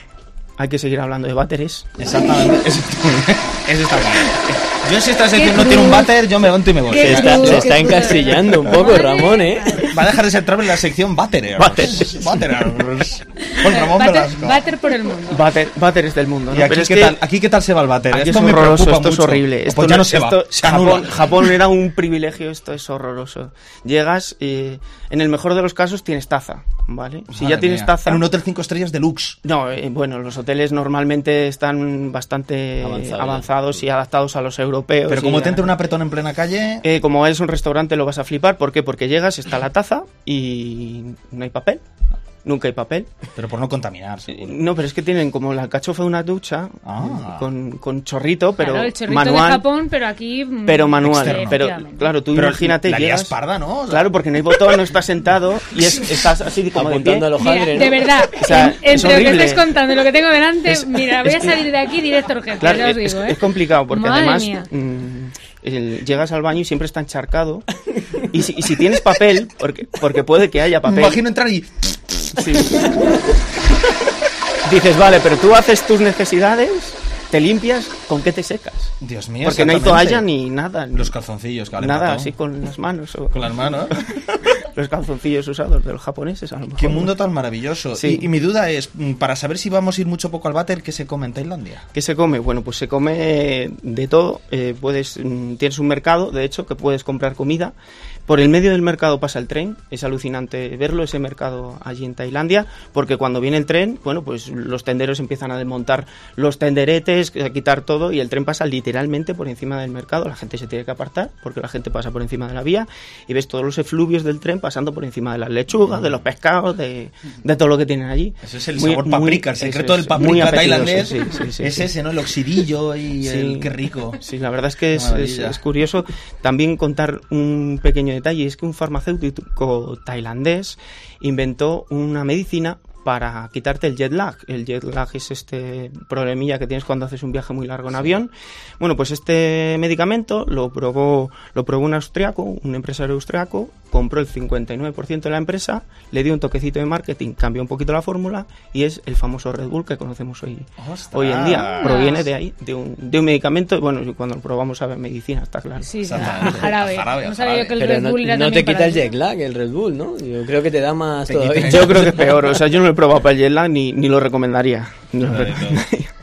I: hay que seguir hablando de váteres.
B: Exactamente. Eso está- eso está bien. Yo si esta sección no tiene un
C: cruz.
B: váter, yo me levanto y me voy.
C: Qué
D: Se está,
C: crudo,
D: se
C: qué
D: está
C: crudo.
D: encasillando un poco,
C: Madre.
D: Ramón, ¿eh?
B: Va a dejar de ser travel la sección ¿eh? váteres.
I: Váteres.
B: Váteres. Con Ramón
C: Váter,
B: Velasco.
C: váter por el mundo.
I: Váter- váteres del mundo, ¿no?
B: ¿Y aquí
I: Pero es
B: qué,
I: que
B: tal, aquí qué tal se va el váter?
I: aquí es
B: esto me
I: horroroso, esto
B: preocupa
I: es
B: mucho.
I: horrible.
B: Pues
I: Esto
B: ya no se
I: esto-
B: va, se anula.
I: Japón, Japón era un privilegio, esto es horroroso. Llegas, eh, en el mejor de los casos tienes taza, ¿vale? Si
B: Madre
I: ya tienes
B: mía.
I: taza...
B: En un hotel 5 estrellas deluxe.
I: No, eh, bueno, los hoteles normalmente están bastante eh,
D: Avanzados.
I: avanzados y adaptados a los europeos.
B: Pero
I: y
B: como
I: a-
B: te entra una apretón en plena calle...
I: Eh, como es un restaurante lo vas a flipar, ¿por qué? Porque llegas, está la taza y no hay papel. Nunca hay papel.
B: Pero por no contaminar,
I: Eh,
B: seguro.
I: No, pero es que tienen como la cachofa de una ducha
B: Ah.
I: con, con chorrito, pero
C: claro, el chorrito
I: manual.
C: de Japón, pero aquí. mm,
I: pero manual,
B: Externo.
I: pero
C: efectivamente.
I: claro, tú
B: Pero
I: imagínate
B: la lías
I: llegas
B: parda, ¿no? O sea,
I: Claro, porque no hay botón, no estás sentado y es- estás así como de
D: Apuntando
I: pie.
D: a los
C: Mira,
D: padres, ¿no?
C: de verdad,
I: O sea,
C: en- entre
I: es
C: lo que
I: horrible.
C: estés contando y lo que tengo delante,
I: Es-
C: mira, voy a salir de aquí directo a urgencia,
I: Claro,
C: ya os
I: es,
C: digo, ¿eh?
I: es complicado porque
C: Madre
I: además
C: mía.
I: mm, el- llegas al baño y siempre está encharcado. Y si, y si tienes papel, porque, porque puede que haya
B: Me
I: papel.
B: imagino entrar y...
I: Sí. Dices, vale, pero tú haces tus necesidades, te limpias, ¿con qué te secas?
B: Dios mío,
I: Porque no hay
B: exactamente.
I: toalla ni nada. ni-
B: Los calzoncillos, que vale,
I: Nada,
B: matón.
I: así con las manos o
B: Con las manos.
I: los calzoncillos usados de los japoneses. A lo
B: Qué
I: mejor.
B: mundo tan maravilloso.
I: Sí.
B: Y, y mi duda es, mm, para saber si vamos a ir mucho o poco al váter, ¿qué se come en Tailandia?
I: ¿Qué se come? Bueno, pues se come eh, de todo. eh, puedes, mm, tienes un mercado, de hecho, que puedes comprar comida. Por el medio del mercado pasa el tren. Es alucinante verlo, ese mercado allí en Tailandia, porque cuando viene el tren, bueno, pues los tenderos empiezan a desmontar los tenderetes, a quitar todo, y el tren pasa literalmente por encima del mercado. La gente se tiene que apartar, porque la gente pasa por encima de la vía, y ves todos los efluvios del tren pasando por encima de las lechugas, de los pescados, de, de todo lo que tienen allí.
B: Mm. Ese es el
I: Muy-
B: sabor
I: muy-
B: paprika, el
I: eso
B: secreto
I: es,
B: del
I: muy
B: paprika
I: apetitoso,
B: tailandés.
I: sí, sí, sí,
B: es
I: sí.
B: ese, ¿no? El oxidillo y el... ¡Qué rico!
I: Sí, la verdad es que es,
B: Qué maravilla.
I: es- es curioso también contar un pequeño detalle, es que un farmacéutico tailandés inventó una medicina para quitarte el jet lag. El jet lag es este problemilla que tienes cuando haces un viaje muy largo en avión. Bueno, pues este medicamento lo probó, lo probó un austriaco, un empresario austriaco, compró el 59% de la empresa, le dio un toquecito de marketing, cambió un poquito la fórmula y es el famoso Red Bull que conocemos hoy,
B: Ostras.
I: hoy en día. Proviene de ahí, de un, de un medicamento. Bueno, yo cuando lo probamos sabe a medicina, está claro.
C: Sí, sí,
B: Exactamente.
C: a jarabe.
B: A jarabe, a
C: No sabía
B: jarabe.
C: yo que el
D: Pero
C: Red
D: no,
C: Bull era
D: no
C: también
D: te
C: para
D: quita el
C: eso.
D: jet lag, el Red Bull, ¿no? Yo creo que te da más
B: Te
D: todavía.
B: quita el
I: Yo creo que es peor, o sea, yo no lo he probado para el jet lag ni, ni lo recomendaría. ni lo
B: Vale,
I: recomendaría.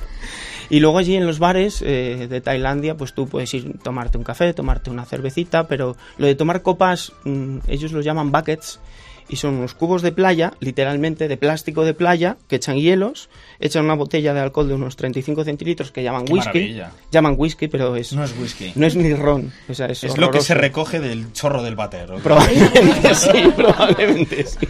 I: Y luego allí en los bares eh, de Tailandia, pues tú puedes ir tomarte un café, tomarte una cervecita, pero lo de tomar copas, mm, ellos lo llaman buckets, y son unos cubos de playa, literalmente de plástico de playa, que echan hielos, echan una botella de alcohol de unos 35 centilitros que llaman
B: Qué
I: whisky.
B: maravilla.
I: Llaman whisky, pero es,
B: No es whisky.
I: no es ni ron. o sea, es
B: es lo que
I: horroroso.
B: se recoge del chorro del váter. ¿o qué?
I: Probablemente sí, probablemente sí.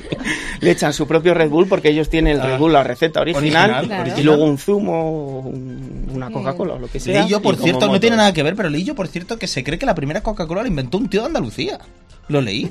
I: Le echan su propio Red Bull porque ellos tienen el Red Bull, la receta original,
B: Original,
C: Claro.
I: y
B: original.
I: luego un zumo, un- una Coca-Cola o lo que sea.
B: Leí yo,
I: y
B: por
I: como
B: cierto, no
I: motos.
B: tiene nada que ver, pero leí yo, por cierto, que se cree que la primera Coca-Cola la inventó un tío de Andalucía. Lo leí.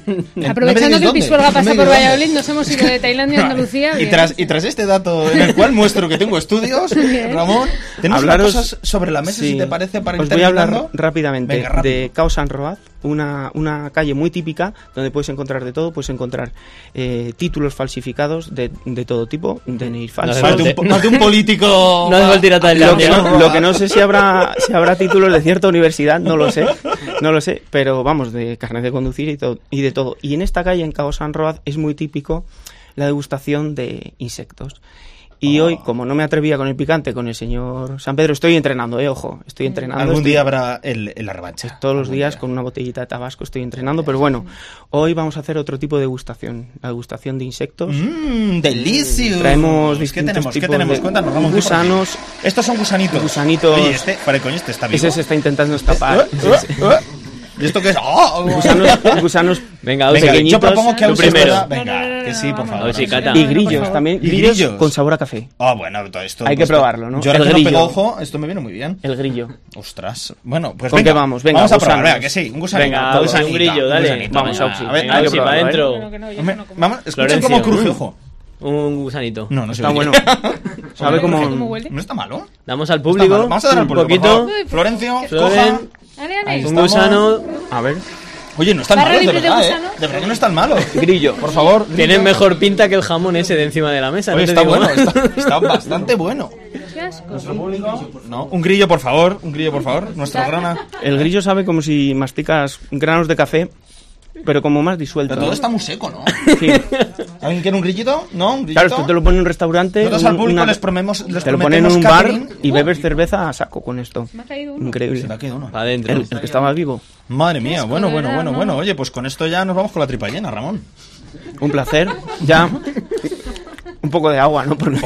C: Aprovechando que el Pisuerga pasa por Valladolid, nos hemos ido de Tailandia a Andalucía.
B: Y
C: bien.
B: tras, y tras este dato en el cual muestro que tengo estudios, Ramón, tenemos unas
I: Hablaros-
B: cosas sobre la mesa, si
I: sí.
B: te parece, para
I: Os
B: ir
I: voy a hablar
B: terminando.
I: rápidamente
B: Venga, rápido.
I: de Cao San Road, una, una calle muy típica donde puedes encontrar de todo. Puedes encontrar eh, títulos falsificados de, de todo tipo, de Neil falso.
B: Más de un, po- más de un político.
D: No es volver a
I: Lo que,
D: Tailandia.
I: no, lo que no sé si habrá si habrá títulos de cierta universidad, no lo sé, no lo sé, pero vamos, de carnet de conducir y, todo, y de todo. Y en esta calle, en Cabo San Road, es muy típico la degustación de insectos. Y
B: Ah.
I: hoy, como no me atrevía con el picante, con el señor San Pedro, estoy entrenando, eh, ojo, estoy entrenando.
B: Algún
I: estoy-
B: día habrá el, el la revancha.
I: todos los
B: Algún
I: días
B: día.
I: con una botellita de tabasco estoy entrenando, pero bueno, hoy vamos a hacer otro tipo de degustación, la degustación de insectos.
B: Mmm, delicious.
I: Traemos
B: ¿Qué
I: distintos
B: tenemos? ¿Qué
I: tipos
B: tenemos?
I: de
B: Cuéntanos, Ramón, ¿qué
I: gusanos.
B: pasa? Estos son gusanitos.
I: Gusanitos.
B: Oye, este, para el coño, este está vivo.
I: Ese se está intentando
B: ¿Eh?
I: escapar.
B: ¿Eh? ¿Eh? ¿Y esto qué es? ¡Oh!
I: gusanos, gusanos
D: Venga,
B: Venga, yo
I: pequeñitos,
B: propongo que
D: lo
B: aún se
D: primero.
B: pueda-
C: No, no, no,
B: Venga,
C: no,
B: que
C: no,
B: sí, por
C: vamos,
B: favor.
D: A ver si
C: no,
D: cata.
C: no,
I: y
C: no, por
I: grillos
C: favor.
I: también,
B: ¿Y
I: y grillos,
B: grillos?
I: con sabor a café.
B: Ah, bueno, todo esto.
I: Hay que
B: esto-
I: probarlo, ¿no?
B: Yo ahora
I: El
B: que no
I: grillo.
B: pego ojo, esto me viene muy bien.
I: El grillo.
B: Ostras. Bueno, pues
I: ¿Con
B: venga.
I: qué vamos? Venga,
B: vamos a probar,
I: gusanos.
B: venga, que sí. Un gusanito.
D: Venga,
B: gusanito,
D: un grillo,
B: un
D: dale.
B: gusanito,
D: Vamos,
B: venga.
D: Auxi.
B: A ver,
D: Venga,
B: hay que
D: Auxi,
B: probar,
D: para
B: ¿eh?
D: adentro.
C: Bueno, que no, yo
B: Hombre,
C: no como.
B: Vamos, escuchen
D: Florencio.
B: como crujejo.
D: Un gusanito.
B: No, no se
I: Está
B: oye.
I: bueno. Sabe
C: Hombre,
I: como...
C: ¿cómo huele?
B: No está malo.
D: Damos al
B: Está
D: público
B: mal. Vamos a dar al
D: un
B: público, por
D: poquito.
C: pues,
B: favor. Florencio, coja.
D: Floren,
C: Ale,
B: Ahí
C: ale.
D: un
B: estamos.
D: gusano.
I: A ver.
B: Oye, no están
C: Barra
B: malos, de
C: libre de
B: verdad, ¿eh?
C: gusano.
B: De verdad que no están malos.
I: Grillo.
B: Por favor.
D: Tienen mejor pinta que el jamón ese de encima de la mesa.
B: Oye,
D: no te
B: está
D: digo
B: bueno,
D: más.
B: está, está bastante bueno.
C: Qué asco.
B: No, un grillo, por favor. Un grillo, por favor. Nuestra grana.
I: El grillo sabe como si masticas granos de café, pero como más disuelto.
B: Pero todo
I: ¿no?
B: está muy seco, ¿no?
I: Sí.
B: ¿Alguien quiere un grillito? ¿No? ¿Un grillito?
I: Claro, esto te lo pone en un restaurante.
B: Nosotros
I: un-
B: al público
I: una-
B: les promemos- les
I: te lo ponen en
B: prometemos
I: un bar
B: catering.
I: y bebes cerveza a saco con esto.
C: Me ha caído uno.
B: Se
I: Increíble.
B: te ha quedado uno.
D: Para adentro.
I: El, el que estaba vivo.
B: Madre mía, bueno,
C: de
B: bueno,
C: verdad,
B: bueno,
C: ¿no?
B: bueno. Oye, pues con esto ya nos vamos con la tripa llena, Ramón.
I: Un placer. Ya. Un poco de agua, ¿no? Porque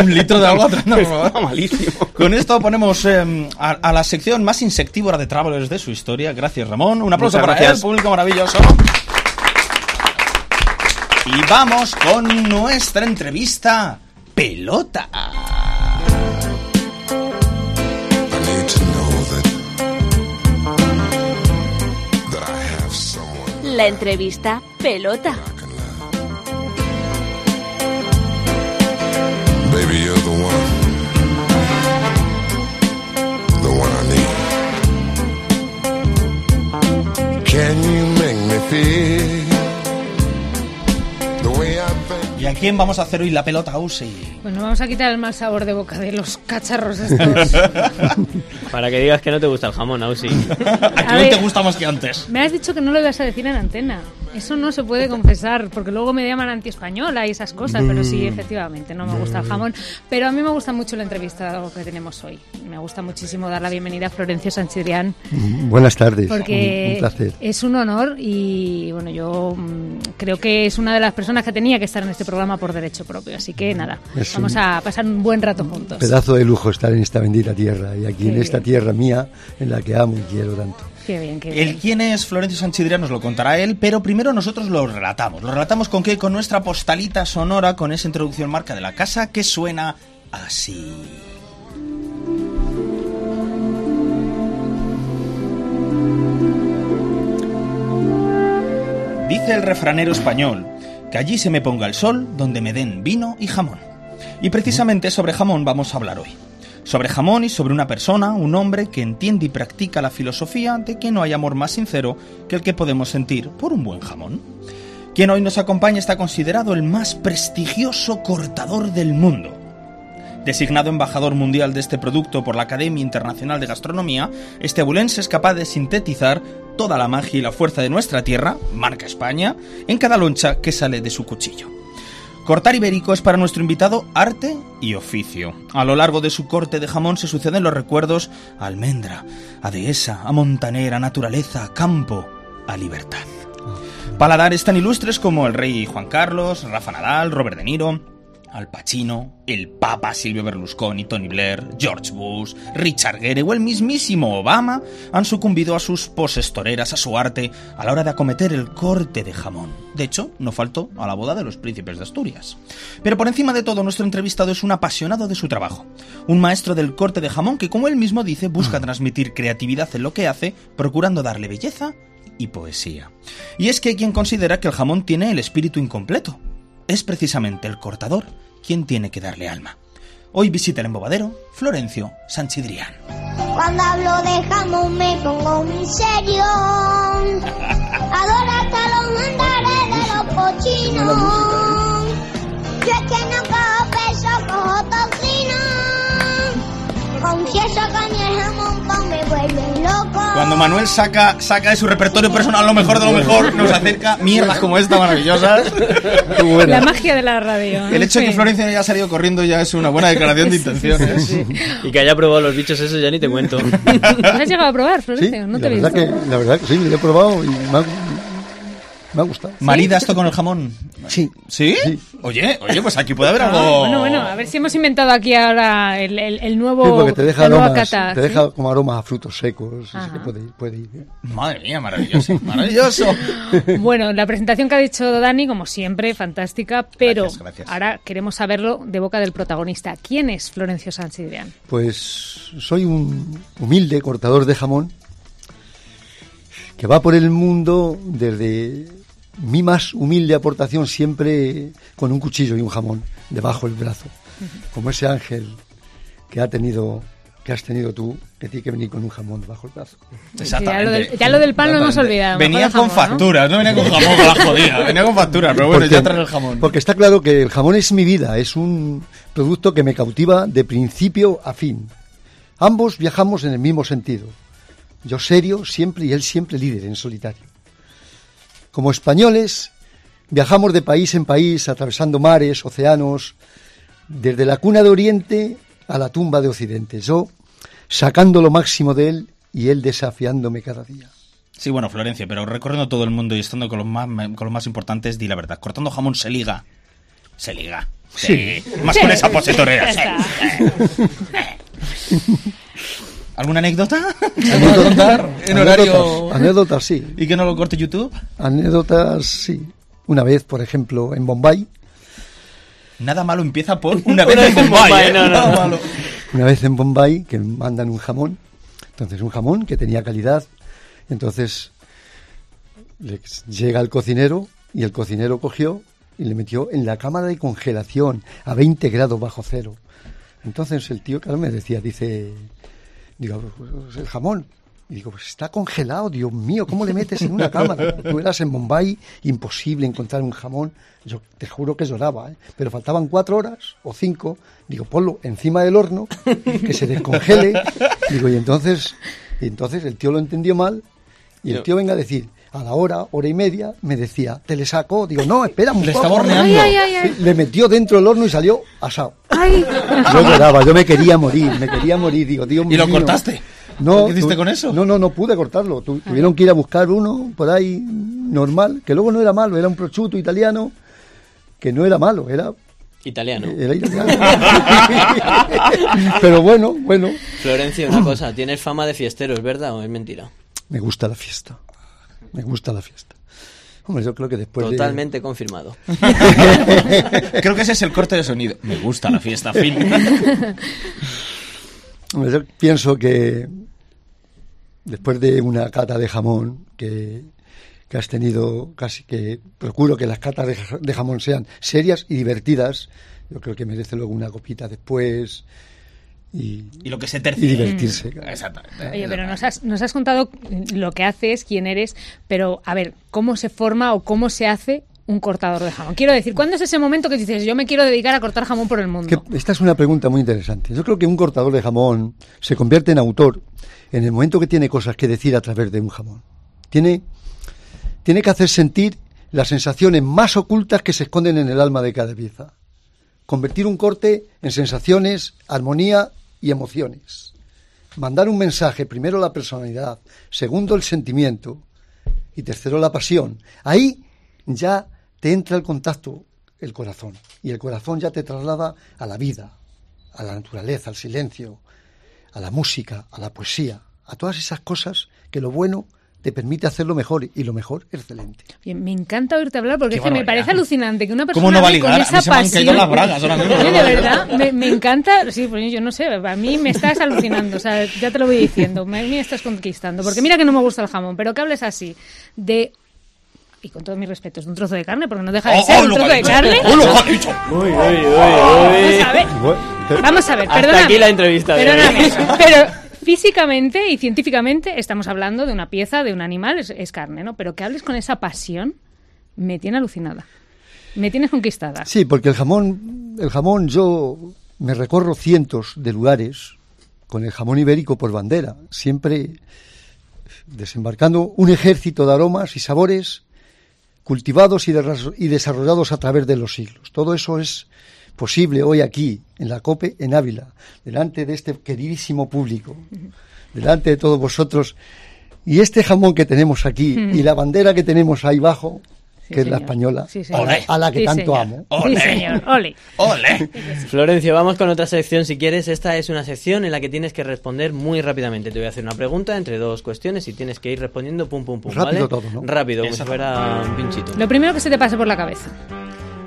B: un litro de agua atrás, no, por
I: está
B: favor.
I: malísimo.
B: Con esto ponemos eh, a, a la sección más insectívora de Travelers de su historia. Gracias, Ramón. Un aplauso
I: Muchas
B: para
I: gracias.
B: el público maravilloso. Y vamos con nuestra entrevista pelota.
A: La entrevista pelota.
J: Baby, you're the one. The one I need. Can you make me feel the way I think?
B: ¿Y a quién vamos a hacer hoy la pelota, Usi?
C: Pues nos vamos a quitar el mal sabor de boca de los cacharros estos.
D: Para que digas que no te gusta el jamón, Ausi.
B: ¿A
C: A
B: quién
C: ver.
B: te gusta más que antes?
C: Me has dicho que no lo ibas a decir en antena. Eso no se puede confesar, porque luego me llaman antiespañola y esas cosas, pero sí,
I: Mm.
C: efectivamente, no me gusta el jamón. Pero a mí me gusta mucho la entrevista que tenemos hoy. Me gusta muchísimo dar la bienvenida a Florencio Sanchidrián,
K: Buenas tardes.
C: porque
K: Un, un placer.
C: es un honor y, bueno, yo mm, creo que es una de las personas que tenía que estar en este programa por derecho propio. Así que nada,
K: Mm. Es
C: vamos
K: un
C: a pasar un buen rato juntos.
K: Pedazo de lujo estar en esta bendita tierra y aquí
C: Qué
K: en esta
C: bien.
K: tierra mía en la que amo y quiero tanto.
C: Qué bien, qué bien.
B: El quién es Florencio Sanchidria nos lo contará él, pero primero nosotros lo relatamos. Lo relatamos con qué? Con nuestra postalita sonora, con esa introducción marca de la casa que suena así. Dice el refranero español, que allí se me ponga el sol donde me den vino y jamón. Y precisamente sobre jamón vamos a hablar hoy. sobre jamón y sobre una persona, un hombre que entiende y practica la filosofía de que no hay amor más sincero que el que podemos sentir por un buen jamón. Quien hoy nos acompaña está considerado el más prestigioso cortador del mundo. Designado embajador mundial de este producto por la Academia Internacional de Gastronomía, este abulense es capaz de sintetizar toda la magia y la fuerza de nuestra tierra, marca España, en cada loncha que sale de su cuchillo. Cortar ibérico es para nuestro invitado arte y oficio. A lo largo de su corte de jamón se suceden los recuerdos a almendra, a dehesa, a montanera, a naturaleza, a campo, a libertad. Paladares tan ilustres como el rey Juan Carlos, Rafa Nadal, Robert De Niro, Al Pacino, el Papa Silvio Berlusconi, Tony Blair, George Bush, Richard Gere o el mismísimo Obama han sucumbido a sus poses toreras, a su arte, a la hora de acometer el corte de jamón. De hecho, no faltó a la boda de los príncipes de Asturias. Pero por encima de todo, nuestro entrevistado es un apasionado de su trabajo, un maestro del corte de jamón que, como él mismo dice, busca transmitir creatividad en lo que hace, procurando darle belleza y poesía. Y es que hay quien considera que el jamón tiene el espíritu incompleto. Es precisamente el cortador quien tiene que darle alma. Hoy visita el embobadero Florencio Sanchidrián.
L: Cuando hablo de jamón me pongo muy serio. Adoro hasta los mandares de los cochinos. Yo es que no cojo peso, cojo tocino. Confieso que ni el jamón pan me vuelve loco.
B: Cuando Manuel saca, saca de su repertorio personal lo mejor de lo mejor, nos acerca mierdas como esta maravillosas. Qué buena.
C: La magia de la radio.
B: El hecho de que
C: Sí.
B: Florencio haya salido corriendo ya es una buena declaración de intenciones.
D: Y que haya probado los bichos esos ya ni te cuento.
C: ¿No has llegado a probar,
K: Sí,
C: Florencio? No
K: la
C: te he
K: verdad, que,
C: visto.
K: la verdad que sí, lo he probado y me ha, me ha gustado.
B: ¿Marida esto con el jamón?
K: Sí.
B: ¿Sí? Oye, oye, pues aquí puede haber algo.
C: Ah, bueno, bueno, a ver si hemos inventado aquí ahora el, el- Oh, el nuevo.
K: Sí, porque te deja
C: la nueva
K: aromas,
C: cata,
K: te
C: ¿sí?
K: deja como aromas a frutos secos, así
C: Ajá.
K: que puede ir, puede ir. ¿eh?
B: Madre mía, maravilloso, maravilloso.
C: Bueno, la presentación que ha dicho Dani, como siempre, fantástica, pero ahora queremos saberlo de boca del protagonista. ¿Quién es Florencio Sansidrián?
K: Pues soy un humilde cortador de jamón que va por el mundo desde mi más humilde aportación siempre con un cuchillo y un jamón debajo del brazo, como ese ángel que ha tenido que has tenido tú, que tiene que venir con un jamón debajo del brazo.
C: Exactamente. Ya lo del- ya lo del pan lo hemos
B: Exactamente.
C: olvidado,
B: Venía
C: mejor
B: con
C: el jamón, ¿no?
B: facturas, ¿no? venía con jamón, con la jodida. Venía con facturas, pero bueno,
K: Porque-
B: ya trae el jamón.
K: Porque está claro que el jamón es mi vida, es un producto que me cautiva de principio a fin. Ambos viajamos en el mismo sentido. Yo serio siempre y él siempre líder en solitario. Como españoles, viajamos de país en país, atravesando mares, océanos, desde la cuna de Oriente a la tumba de Occidente. Yo sacando lo máximo de él y él desafiándome cada día.
B: Sí, bueno, Florencia, pero recorriendo todo el mundo y estando con los más, con los más importantes, di la verdad. Cortando jamón se liga. Se liga. Sí. Más con esa pose torera. sí. ¿Alguna anécdota? ¿Alguna contar? En horario.
K: Anécdotas, anécdotas, sí.
B: ¿Y que no lo corte YouTube?
K: Anécdotas, sí. Una vez, por ejemplo, en Bombay,
B: Nada malo empieza por una vez en Bombay. ¿eh?
D: no, no,
B: Nada
D: no.
B: malo.
K: una vez en Bombay, que mandan un jamón, entonces un jamón que tenía calidad, entonces le- llega el cocinero y el cocinero cogió y le metió en la cámara de congelación a 20 grados bajo cero. Entonces el tío, claro, me decía, dice, digo, pues, el jamón. Y digo, pues está congelado, Dios mío, ¿cómo le metes en una cámara? Tú eras en Bombay, imposible encontrar un jamón. Yo te juro que lloraba, ¿eh? pero faltaban cuatro horas o cinco. Digo, ponlo encima del horno, que se descongele. Digo, y entonces, y entonces el tío lo entendió mal y el tío venga a decir, a la hora, hora y media, me decía, te le saco. Digo, no, espera un
B: Le
K: poco.
B: estaba horneando.
C: Ay, ay, ay, ay.
K: Le metió dentro del horno y salió asado.
C: Ay.
K: Yo lloraba, yo me quería morir, me quería morir, digo, Dios
B: ¿Y lo
K: mío.
B: cortaste?
K: No,
B: ¿Qué hiciste
K: tu-
B: con eso?
K: No, no, no pude cortarlo. Tu- Tuvieron que ir a buscar uno por ahí normal, que luego no era malo, era un prosciutto italiano, que no era malo, era,
D: Italiano.
K: era italiano. Pero bueno, bueno,
D: Florencio, una cosa, tienes fama de fiesteros, ¿verdad? ¿O es mentira?
K: me gusta la fiesta. Me gusta la fiesta. Hombre, yo creo que después de-
D: Totalmente confirmado.
B: Creo que ese es el corte de sonido. Me gusta la fiesta, fin.
K: Hombre, yo pienso que después de una cata de jamón que, que has tenido casi que procuro que las catas de, ja- de jamón sean serias y divertidas, yo creo que merece luego una copita después y,
B: y lo que se tercia.
K: Y divertirse.
B: Mm. Exactamente.
C: Oye, pero nos has, nos has contado lo que haces, quién eres, pero a ver, ¿cómo se forma o cómo se hace un cortador de jamón? Quiero decir, ¿cuándo es ese momento que dices, yo me quiero dedicar a cortar jamón por el mundo?
K: Que esta es una pregunta muy interesante. Yo creo que un cortador de jamón se convierte en autor en el momento que tiene cosas que decir a través de un jamón. Tiene, tiene que hacer sentir las sensaciones más ocultas que se esconden en el alma de cada pieza. Convertir un corte en sensaciones, armonía y emociones. Mandar un mensaje, primero la personalidad, segundo el sentimiento y tercero la pasión. Ahí ya te entra el contacto, el corazón, y el corazón ya te traslada a la vida, a la naturaleza, al silencio, a la música, a la poesía, a todas esas cosas que lo bueno te permite hacerlo mejor y lo mejor excelente.
C: Oye, me encanta oírte hablar porque
K: Qué
C: es que me
K: barbaridad.
C: parece alucinante que una persona
B: ¿Cómo no
C: hable
B: validar?
C: con
B: A
C: esa
B: mí se me han
C: pasión.
B: caído las bragas ahora mismo.
C: Oye, de verdad, me, me encanta. Sí, pues yo no sé, a mí me estás alucinando. O sea, ya te lo voy diciendo, me, me estás conquistando. Porque mira que no me gusta el jamón, pero que hables así de y con todos mis respetos, de un trozo de carne, porque no deja de
F: Oh,
C: ser
F: oh,
C: un
F: lo que
C: trozo
F: ha
C: de
F: dicho.
C: carne.
F: Oh, lo que ha dicho.
D: Uy, uy, uy,
C: Vamos a ver.
D: uy.
C: Vamos a ver,
D: Hasta
C: perdóname.
D: aquí la entrevista de hoy.
C: Perdóname, pero físicamente y científicamente estamos hablando de una pieza, de un animal, es, es carne, ¿no? Pero que hables con esa pasión me tiene alucinada. Me tienes conquistada.
K: Sí, porque el jamón, el jamón yo me recorro cientos de lugares con el jamón ibérico por bandera, siempre desembarcando un ejército de aromas y sabores cultivados y, derras- y desarrollados a través de los siglos. Todo eso es posible hoy aquí, en la COPE, en Ávila, delante de este queridísimo público, delante de todos vosotros. Y este jamón que tenemos aquí
C: Mm.
K: y la bandera que tenemos ahí abajo,
C: Sí,
K: que es la
C: señor.
K: española,
C: Sí,
K: a,
C: señor.
K: la, a la que
C: Sí,
K: tanto
C: señor.
K: amo.
C: Sí, señor. Ole.
D: Florencio, vamos con otra sección si quieres. Esta es una sección en la que tienes que responder muy rápidamente. Te voy a hacer una pregunta entre dos cuestiones y tienes que ir respondiendo pum pum pum. ¿vale?
K: Rápido todo, ¿no?
D: Rápido, como si
K: Exacto.
D: fuera un pinchito.
C: Lo primero que se te pase por la cabeza.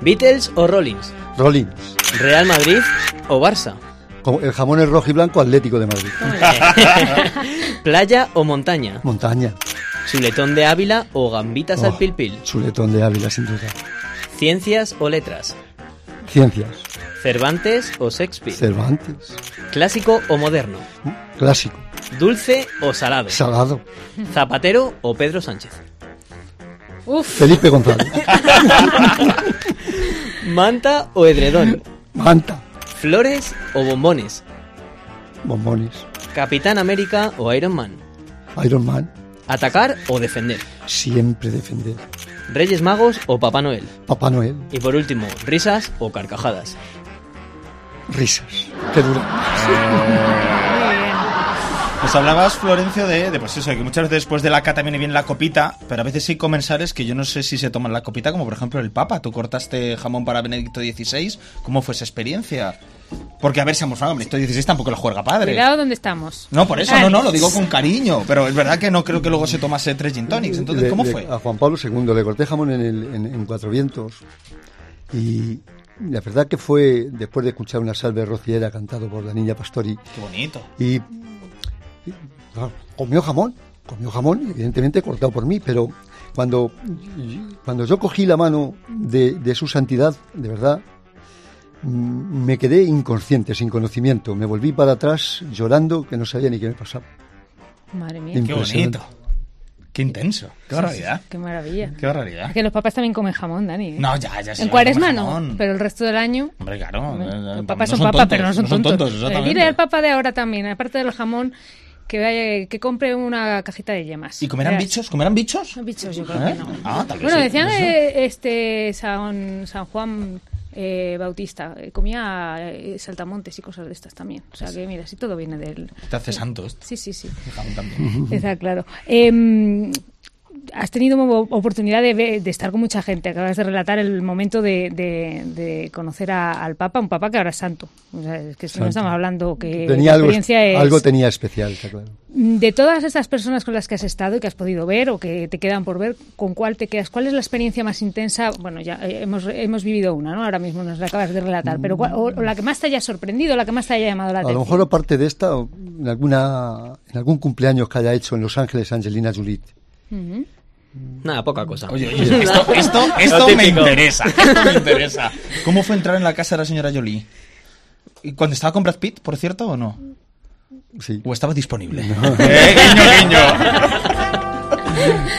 D: ¿Beatles o Rollins?
K: Rollins.
D: ¿Real Madrid o Barça? Ah.
K: Como El jamón es rojo y blanco atlético de Madrid.
D: ¿Playa o montaña?
K: Montaña,
D: ¿Chuletón de Ávila o gambitas al
K: Oh.
D: pil pil?
K: chuletón de Ávila, sin duda.
D: ¿Ciencias o letras?
K: Ciencias,
D: ¿Cervantes o Shakespeare?
K: Cervantes,
D: ¿Clásico o moderno?
K: clásico,
D: ¿Dulce o salado?
K: salado,
D: ¿Zapatero o Pedro Sánchez?
C: Uf.
K: Felipe González,
D: ¿Manta o edredón?
K: manta,
D: ¿Flores o bombones?
K: bombones,
D: ¿Capitán América o Iron Man?
K: Iron Man,
D: ¿Atacar o defender?
K: siempre defender,
D: ¿Reyes Magos o Papá Noel?
K: Papá Noel,
D: Y por último, ¿risas o carcajadas?
K: risas. Qué dura.
B: Nos Pues hablabas, Florencio, de, de, pues eso, que muchas veces después de la cata viene bien la copita, pero a veces hay comensales que yo no sé si se toman la copita, como por ejemplo el Papa. Tú cortaste jamón para Benedicto XVI, ¿cómo fue esa experiencia? Porque a ver, seamos francos, Benedicto XVI tampoco lo juega padre.
C: Cuidado donde estamos.
B: No, por eso,
C: Vale.
B: no, no, lo digo con cariño, pero es verdad que no creo que luego se tomase tres gin tonics. Entonces,
K: Le-
B: ¿cómo
K: le-
B: fue?
K: A Juan Pablo II le corté jamón en, el- en- en Cuatro Vientos y la verdad que fue después de escuchar una salve rociera cantado por la niña Pastori.
B: Qué bonito.
K: Y, y, claro, comió jamón, comió jamón, evidentemente cortado por mí, pero cuando, cuando yo cogí la mano de, de su santidad, de verdad, mm, me quedé inconsciente, sin conocimiento. Me volví para atrás llorando que no sabía ni qué me pasaba.
C: Madre mía.
B: Qué bonito. Qué intenso. Qué barbaridad.
C: Qué maravilla.
B: Qué barbaridad.
C: Es que los papás también comen jamón, Dani. ¿eh?
B: No, ya, ya sé,
C: En cuaresma
B: comen
C: no,
B: jamón.
C: pero el resto del año.
B: Hombre, claro. eh, eh,
C: Los papas
B: no
C: son, papas,
B: tontos,
C: pero no son tontos. Eh,
B: exactamente.
C: Dile al papa de ahora también, aparte del jamón, que, vaya- que compre una cajita de yemas.
B: ¿Y comerán
C: Verás.
B: bichos? ¿Comerán bichos?
C: Eh. Bichos, yo creo que
B: ¿Eh?
C: no.
B: Ah, tal vez
C: Bueno,
B: sí,
C: decían
B: no sé.
C: eh, este San, San Juan eh, Bautista, eh, comía eh, saltamontes y cosas de estas también. O sea que, mira, si todo viene del.
B: Te hace santo esto.
C: Sí, sí, sí.
B: El jamón también.
C: Está claro. Em, has tenido mo- oportunidad de, ver- de estar con mucha gente. Acabas de relatar el momento de, de- de conocer a- al Papa, un Papa que ahora es santo. O sea, es que si no
K: Santo.
C: estamos hablando
D: Eh,
C: que
K: tenía
C: la
K: algo,
C: experiencia es-
K: algo tenía especial, está claro.
C: De todas estas personas con las que has estado y que has podido ver o que te quedan por ver, ¿con cuál te quedas? ¿Cuál es la experiencia más intensa? Bueno, ya eh, hemos, hemos vivido una, ¿no? Ahora mismo nos la acabas de relatar, pero ¿cuál- o, o la que más te haya sorprendido, la que más te haya llamado la
K: A lo
C: atención.
K: mejor aparte de esta, en, alguna, en algún cumpleaños que haya hecho en Los Ángeles Angelina Jolie.
C: Ujú.
D: Nada, poca cosa.
B: Oye, oye, esto, esto,
D: Lo
B: esto me
D: típico.
B: interesa. Me interesa. ¿Cómo fue entrar en la casa de la señora Jolie? ¿Y ¿Cuando estaba con Brad Pitt, por cierto, o no?
K: Sí.
B: ¿O estaba disponible?
F: Eh,
B: guiño.
F: guiño,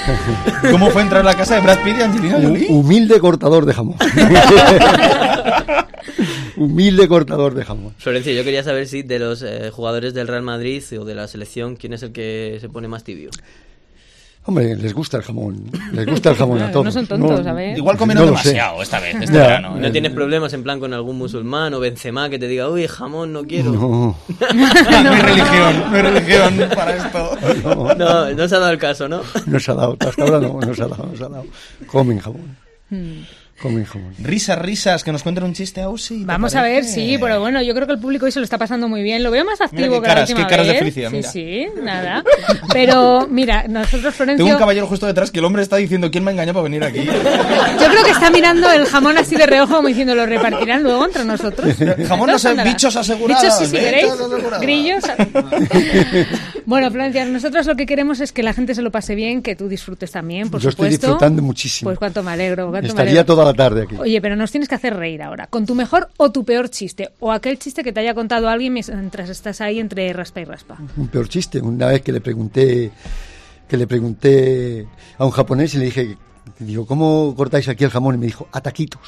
B: ¿Cómo fue entrar a la casa de Brad Pitt y Angelina Jolie?
K: Hu- Humilde cortador de jamón. Humilde cortador de jamón.
D: Florencio, yo quería saber si de los eh, jugadores del Real Madrid o de la selección, ¿quién es el que se pone más tibio?
K: Hombre, les gusta el jamón. Les gusta el jamón a todos.
D: No son tontos, a ver. Igual comieron
K: lo sé.
D: demasiado esta vez,
B: este
K: Ya.
B: verano,
D: ¿No tienes problemas en plan con algún musulmán o Benzema que te diga, uy, jamón, no quiero?
K: No.
B: No hay religión, no hay religión para esto.
D: No, no se ha dado el caso, ¿no?
K: No se ha dado. Hasta ahora no, no se ha dado. No se ha dado. Comen jamón.
D: Hmm.
K: Comen jamón.
B: Risas, risas, que nos cuenten un chiste, Ausi. ¿te
C: Vamos a
B: parece?
C: ver, sí, pero bueno, yo creo que el público hoy se lo está pasando muy bien. Lo veo más
B: qué
C: activo que
B: caras,
C: la última
B: qué caras de
C: vez.
B: felicidad,
C: Sí,
B: mira.
C: sí, nada. Pero mira, nosotros, Florencio,
B: Tengo un caballero justo detrás que el hombre está diciendo quién me engañó para venir aquí.
C: yo creo que está mirando el jamón así de reojo como diciendo, ¿lo repartirán luego entre nosotros?
B: Jamón no sé,
C: Nada.
B: bichos asegurados.
C: Bichos sí, si
B: ¿eh?
C: queréis.
B: Bichos asegurados.
C: Grillos. bueno, Florencia, nosotros lo que queremos es que la gente se lo pase bien, que tú disfrutes también, por
K: Yo estoy
C: supuesto.
K: disfrutando muchísimo.
C: Pues cuánto me alegro. cuánto me
K: Estaría
C: alegro.
K: toda la tarde aquí.
C: Oye, pero nos tienes que hacer reír ahora, con tu mejor o tu peor chiste, o aquel chiste que te haya contado alguien mientras estás ahí entre raspa y raspa.
K: un peor chiste. Una vez que le pregunté que le pregunté a un japonés y le dije, digo, ¿cómo cortáis aquí el jamón? Y me dijo, a taquitos.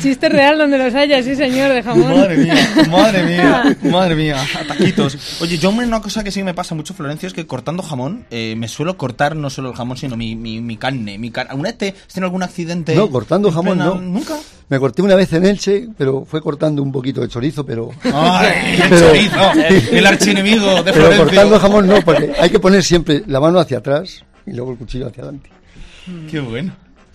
C: Chiste real donde los haya, sí señor, de jamón.
B: Madre mía, madre
D: Ah.
B: mía, madre mía, ataquitos. Oye, yo hombre, una cosa que sí me pasa mucho, Florencio, es que cortando jamón, eh, me suelo cortar no solo el jamón, sino mi, mi, mi carne. Mi car ¿Alguna vez te has tenido algún accidente?
K: No, cortando
B: en
K: jamón
B: plena-
K: no.
B: Nunca.
K: Me corté una vez en Elche, pero fue cortando un poquito de chorizo, pero...
B: Ay, el chorizo, el archienemigo de
K: Pero
B: Florencio.
K: cortando jamón no, porque hay que poner siempre la mano hacia atrás y luego el cuchillo hacia adelante.
B: Qué bueno,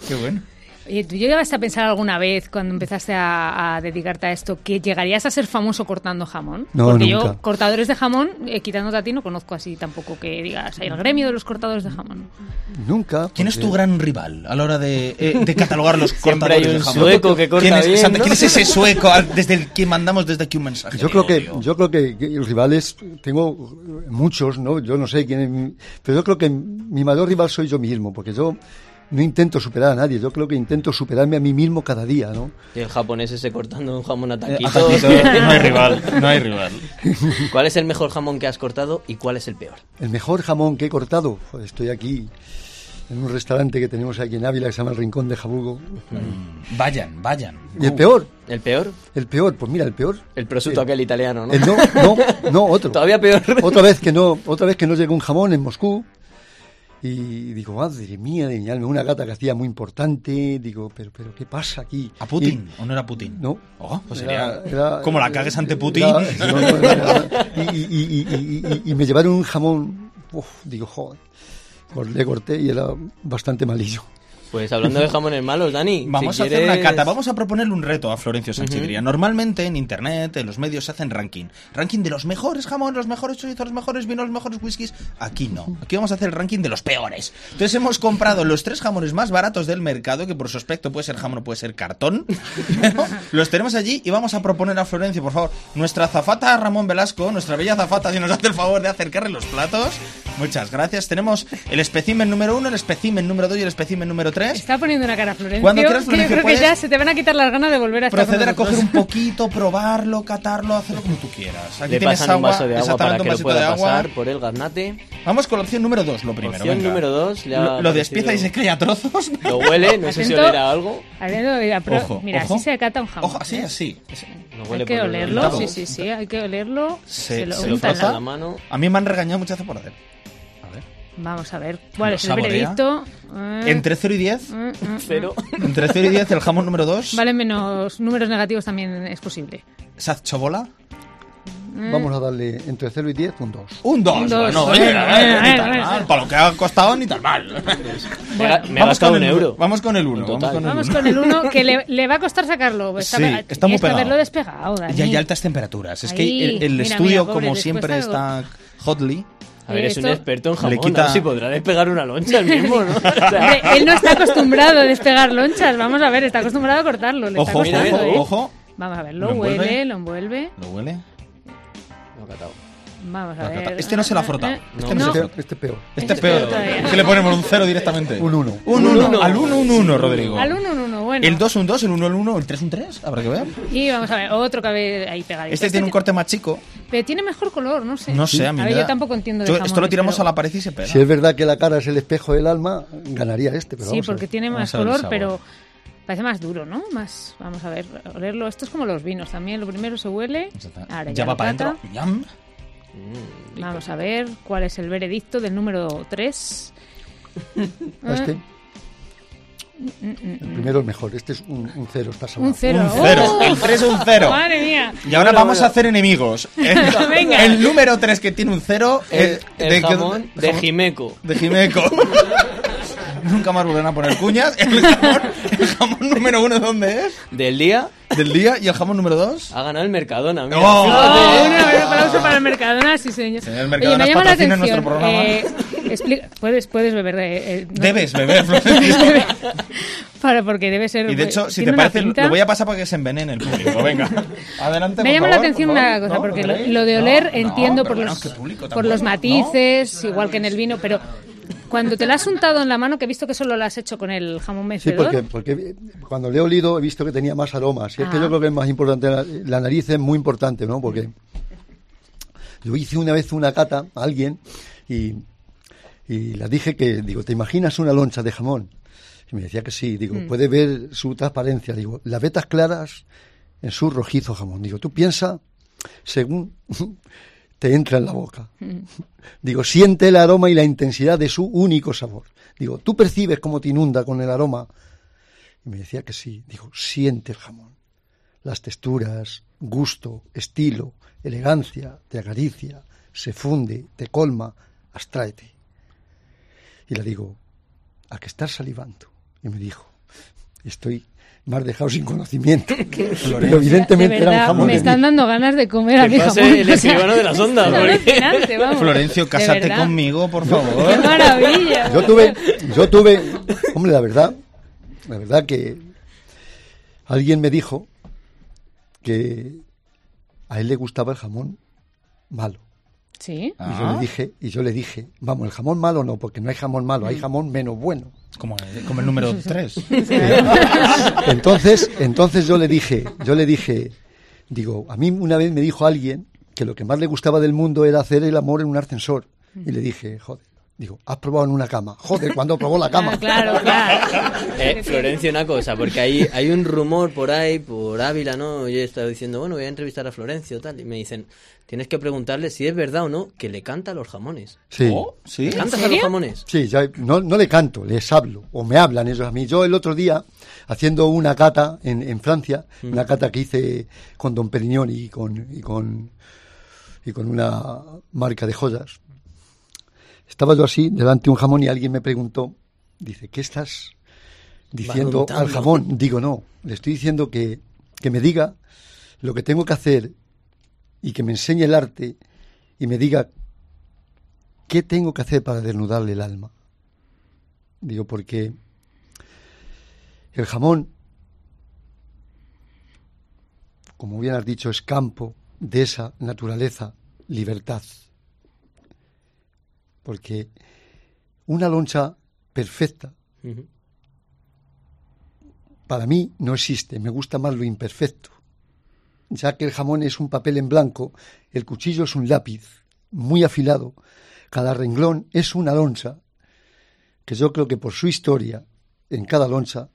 B: qué bueno.
C: Oye, Eh, ¿tú llegaste a pensar alguna vez cuando empezaste a, a dedicarte a esto que llegarías a ser famoso cortando jamón?
K: No,
C: Porque
K: nunca.
C: yo, cortadores de jamón, eh, quitándote a ti, no conozco así tampoco que digas, el gremio de los cortadores de jamón.
K: Nunca.
B: ¿Quién es
K: porque-
B: tu gran rival a la hora de, eh, de catalogar los
D: Siempre
B: cortadores
D: hay un
B: de jamón?
D: sueco que corta
B: ¿Quién es,
D: bien,
B: exacto,
D: ¿no?
B: ¿quién es ese sueco al- desde el que mandamos desde aquí un mensaje?
K: Yo creo que yo creo que, que los rivales tengo muchos, ¿no? Yo no sé quién es, mi- pero yo creo que mi mayor rival soy yo mismo, porque yo no intento superar a nadie, yo creo que intento superarme a mí mismo cada día, ¿no?
D: Y el japonés ese cortando un jamón a
B: Eh, a
D: taquitos.
B: taquitos, no hay rival, no hay rival.
D: ¿Cuál es el mejor jamón que has cortado y cuál es el peor?
K: El mejor jamón que he cortado, joder, estoy aquí en un restaurante que tenemos aquí en Ávila que se llama el Rincón de Jabugo.
B: Vayan, vayan. Uh.
K: ¿Y el peor?
D: Mm. ¿El peor?
K: El peor, pues mira, el peor.
D: El prosuto
K: Eh,
D: aquel italiano, ¿no?
K: Eh, no, no, no, otro.
D: Todavía peor.
K: Otra vez que no, otra vez que no llegó un jamón en Moscú. Y digo, madre mía, de mi alma, una gata que hacía muy importante. Digo, pero, pero ¿qué pasa aquí?
B: ¿A Putin? ¿O no era Putin?
K: No.
B: Oh, pues
K: Era-
B: sería
K: era- eh,
B: como la cagues ante Putin.
K: era- no, no, era- y, y- y- y- y- y me llevaron un jamón. uf, digo, joder. Cor- Le corté y era bastante malillo.
D: Pues hablando de jamones malos, Dani.
B: Vamos
D: si
B: a hacer una
D: quieres-
B: cata, vamos a proponerle un reto a Florencio Sanchidría. Normalmente en internet, en los medios se hacen ranking. Ranking de los mejores jamones, los mejores chorizos, los mejores vinos, los mejores whiskies. Aquí no. Aquí vamos a hacer el ranking de los peores. Entonces hemos comprado los tres jamones más baratos del mercado, que por su aspecto puede ser jamón o puede ser cartón. Pero los tenemos allí y vamos a proponer a Florencio, por favor, nuestra azafata Ramón Velasco, nuestra bella azafata, si nos hace el favor de acercarle los platos. Muchas gracias. Tenemos el especimen número uno, el especimen número dos y el especimen número tres.
C: Está poniendo una cara Florencio,
B: Cuando quieras,
C: que yo
B: Florencio,
C: creo que
B: puedes
C: ya se te van a quitar las ganas de volver a estar con
B: proceder a coger
C: nosotros.
B: un poquito, probarlo, catarlo, hacerlo como tú quieras. Aquí
D: Le
B: tienes
D: pasan
B: agua,
D: un vaso de agua para
B: exactamente
D: que
B: un
D: lo
B: vasito
D: pueda
B: de agua.
D: pasar por el gaznate.
B: Vamos con la opción número 2, lo primero.
D: Opción
B: venga.
D: número dos, le ha
B: Lo, lo
D: parecido-
B: despieza y se cae a trozos.
D: Lo huele, no sé si
C: Atento.
D: olerá algo.
C: Atento, apro-
B: Ojo,
C: mira,
B: ojo.
C: así se cata un jamón.
B: Ojo, así,
C: ¿eh?
B: así.
D: No
C: Hay
D: huele
C: que
D: por el
C: olerlo,
D: olor.
C: sí, sí, sí, hay que olerlo.
B: Se,
C: lo
B: se lo
C: untan.
B: frota.
D: la mano.
B: A mí me han regañado muchas veces por hacer. A ver.
C: Vamos a ver, ¿cuál
B: Lo
C: es el
B: saborea.
C: veredicto? Eh,
B: Entre 0 y 10.
C: mm, mm, mm.
D: Cero.
B: Entre 0 y 10, el jamón número 2.
C: Vale, menos números negativos también es posible.
B: Sazchobola.
C: Mm.
K: Vamos a darle entre 0 y 10 un 2.
B: Un 2.
C: Un dos.
B: Bueno,
C: Bueno,
B: oye,
C: bueno,
B: eh, ni
C: bueno,
B: tan
C: bueno.
B: mal. Para lo que ha costado, ni tan mal.
D: Me ha- me ha
B: Vamos
D: gastado
B: con
D: un
B: el-
D: euro.
B: Vamos con el 1.
D: En
B: Vamos
D: total.
B: con el
C: Vamos
B: uno.
C: con el uno que le, le va a costar sacarlo. pues,
B: Sí,
C: está-
B: está muy
C: tienes que
B: pegado.
C: haberlo despegado, Dani.
B: Y hay altas temperaturas. Es
C: Ahí,
B: que el, el
C: mira,
B: estudio,
C: mira, pobre,
B: como
C: les
B: siempre,
C: cuesta
B: está hotly.
D: A ver, es un
C: Esto-
D: experto en
B: Le
D: jamón.
B: quita-
D: A ver si podrá despegar una loncha el mismo, ¿no? O
C: Hombre,
D: sea,
C: Él no está acostumbrado a despegar lonchas. Vamos a ver, está acostumbrado a cortarlo. Le está
B: Ojo,
C: costando,
B: ojo,
C: ¿eh?
B: ojo.
C: Vamos a ver, lo,
B: ¿Lo envuelve?
C: huele, lo envuelve.
B: ¿Lo huele?
D: lo ha catado.
C: Vamos a
B: La
C: ver.
B: cata- este no se la ha frotado.
C: Eh,
B: Este no se la ha frotado.
K: Este es peor.
B: Este es
C: Este es
B: peor.
C: peor todavía.
B: ¿Qué le ponemos? ¿Un cero directamente?
K: Un uno.
B: Un
C: Un
B: uno.
C: uno.
B: Al 1 un 1, Rodrigo.
C: Al 1 1 1, bueno. Este
B: El 2 un 2, el 1 el 1, el 3 un 3, habrá que ver.
C: Y vamos a ver, otro que habéis ahí pegadito.
B: Este tiene un corte más chico.
C: Pero tiene mejor color, no sé.
B: No sé, a mí me
C: ver,
B: da-
C: yo tampoco entiendo de
B: Esto, esto lo
C: jamones,
B: tiramos
C: pero-
B: a la pared y se pega.
K: Si es verdad que la cara es el espejo del alma, ganaría este. Pero
C: Sí,
K: vamos a
C: porque
K: ver.
C: tiene
B: Vamos
C: más
B: a ver el
C: color,
B: sabor.
C: pero parece más duro, ¿no? Más, vamos a ver, olerlo. Esto es como los vinos también. Lo primero se huele. Ahora
B: Ya va
C: lo
B: para
C: cata.
B: adentro. Ñam.
C: Vamos a ver cuál es el veredicto del número 3.
K: Este,
C: Eh,
K: el primero el mejor. Este es un, un cero, está salvado.
C: Un cero.
B: Un cero.
C: ¡Oh!
B: El tres es un cero.
C: Madre mía.
B: Y ahora
K: Bueno,
B: vamos
K: bueno.
B: a hacer enemigos. El,
C: Venga.
B: el número 3 que tiene un 0
D: El- el jamón de Jimeco.
B: De Jimeco. Nunca más volverán a poner cuñas. El jamón, el jamón número 1 ¿dónde es?
D: Del día
B: Del día. ¿Y el jamón número 2?
D: ha ganado el Mercadona. mira.
B: ¡Oh!
D: Fíjate.
C: Oh, un aplauso para el Mercadona, sí, señor.
B: Señor Mercadona,
C: Oye, me llama la
B: patrocina
C: atención.
B: nuestro programa.
C: eh, explica- puedes, puedes beber. eh, eh, no-
B: Debes beber, Florencio.
C: Para, porque debe ser. eh,
B: Y de hecho, si
C: tiene
B: te
C: una
B: parece,
C: pinta-
B: lo voy a pasar para que se envenene el público. Venga. Adelante,
C: Me
B: por
C: llama la
B: favor,
C: atención
B: por favor.
C: una cosa,
B: ¿No?
C: porque
B: ¿Lo
C: lo,
B: queréis?
C: lo de
B: No,
C: oler
B: no,
C: entiendo por,
B: pero bueno,
C: los,
B: qué público tan
C: por los
B: bueno, ¿no?
C: matices, igual que en el vino, pero cuando te lo has untado en la mano, que he visto que solo lo has hecho con el jamón
K: Sí,
C: mecedor,
K: porque, porque cuando le he olido he visto que tenía más aromas. Y es que
C: Ah.
K: yo creo que es más importante. La, la nariz es muy importante, ¿no? Porque yo hice una vez una cata a alguien y, y la dije que, digo, ¿te imaginas una loncha de jamón? Y me decía que sí. Digo,
C: Mm.
K: puede ver su transparencia. Digo, las vetas claras en su rojizo jamón. Digo, tú piensa según te entra en la boca. Digo, siente el aroma y la intensidad de su único sabor. Digo, ¿tú percibes cómo te inunda con el aroma? Y me decía que sí. Digo, siente el jamón. Las texturas, gusto, estilo, elegancia, te acaricia, se funde, te colma, abstráete. Y le digo, ¿a que estás salivando? Y me dijo, estoy más dejado sin conocimiento. Pero evidentemente
C: de
K: era un
C: verdad,
K: jamón.
C: me están dando ganas de comer a
D: Que
C: mi
D: pase
C: jamón.
D: el
C: o sea,
D: escribano de las ondas,
C: es
D: porque-
C: alucinante, vamos.
B: Florencio,
C: De
B: cásate
C: verdad.
B: conmigo, por
C: ¡Qué
B: favor.
C: maravilla!
K: Yo tuve, yo tuve, hombre, la verdad, la verdad que alguien me dijo que a él le gustaba el jamón malo.
C: Sí, Ah.
K: Y yo
B: Ah,
K: le dije, y yo le dije, vamos, el jamón malo no, porque no hay jamón malo,
C: Mm.
K: hay jamón menos bueno.
B: Como, el- como el número 3.
K: Entonces, entonces yo le dije, yo le dije, digo, a mí una vez me dijo alguien que lo que más le gustaba del mundo era hacer el amor en un ascensor. Y le dije, joder, digo, has probado en una cama. Joder, cuando probó la cama.
C: Ah, claro, claro.
D: Eh, Florencio, una cosa, porque hay, hay un rumor por ahí, por Ávila, ¿no? Yo estaba diciendo, bueno, voy a entrevistar a Florencio, tal, y me dicen, tienes que preguntarle si es verdad o no que le canta a los jamones.
K: Sí.
B: ¿Sí?
D: ¿Le ¿Cantas a
C: serio?
D: los jamones?
K: Sí, ya, no, no le canto, les hablo, o me hablan ellos a mí. Yo el otro día, haciendo una cata en, en Francia, una cata que hice con Don Periñón y con, y con, y con una marca de joyas, estaba yo así, delante de un jamón, y alguien me preguntó, dice, ¿qué estás diciendo
D: Barruntando.
K: al jamón? Digo, no, le estoy diciendo que, que me diga lo que tengo que hacer y que me enseñe el arte y me diga ¿qué tengo que hacer para desnudarle el alma? Digo, porque el jamón, como bien has dicho, es campo de esa naturaleza, libertad. Porque una loncha perfecta
D: Ujú.
K: para mí no existe, me gusta más lo imperfecto. Ya que el jamón es un papel en blanco, el cuchillo es un lápiz muy afilado, cada renglón es una loncha, que yo creo que por su historia, en cada loncha,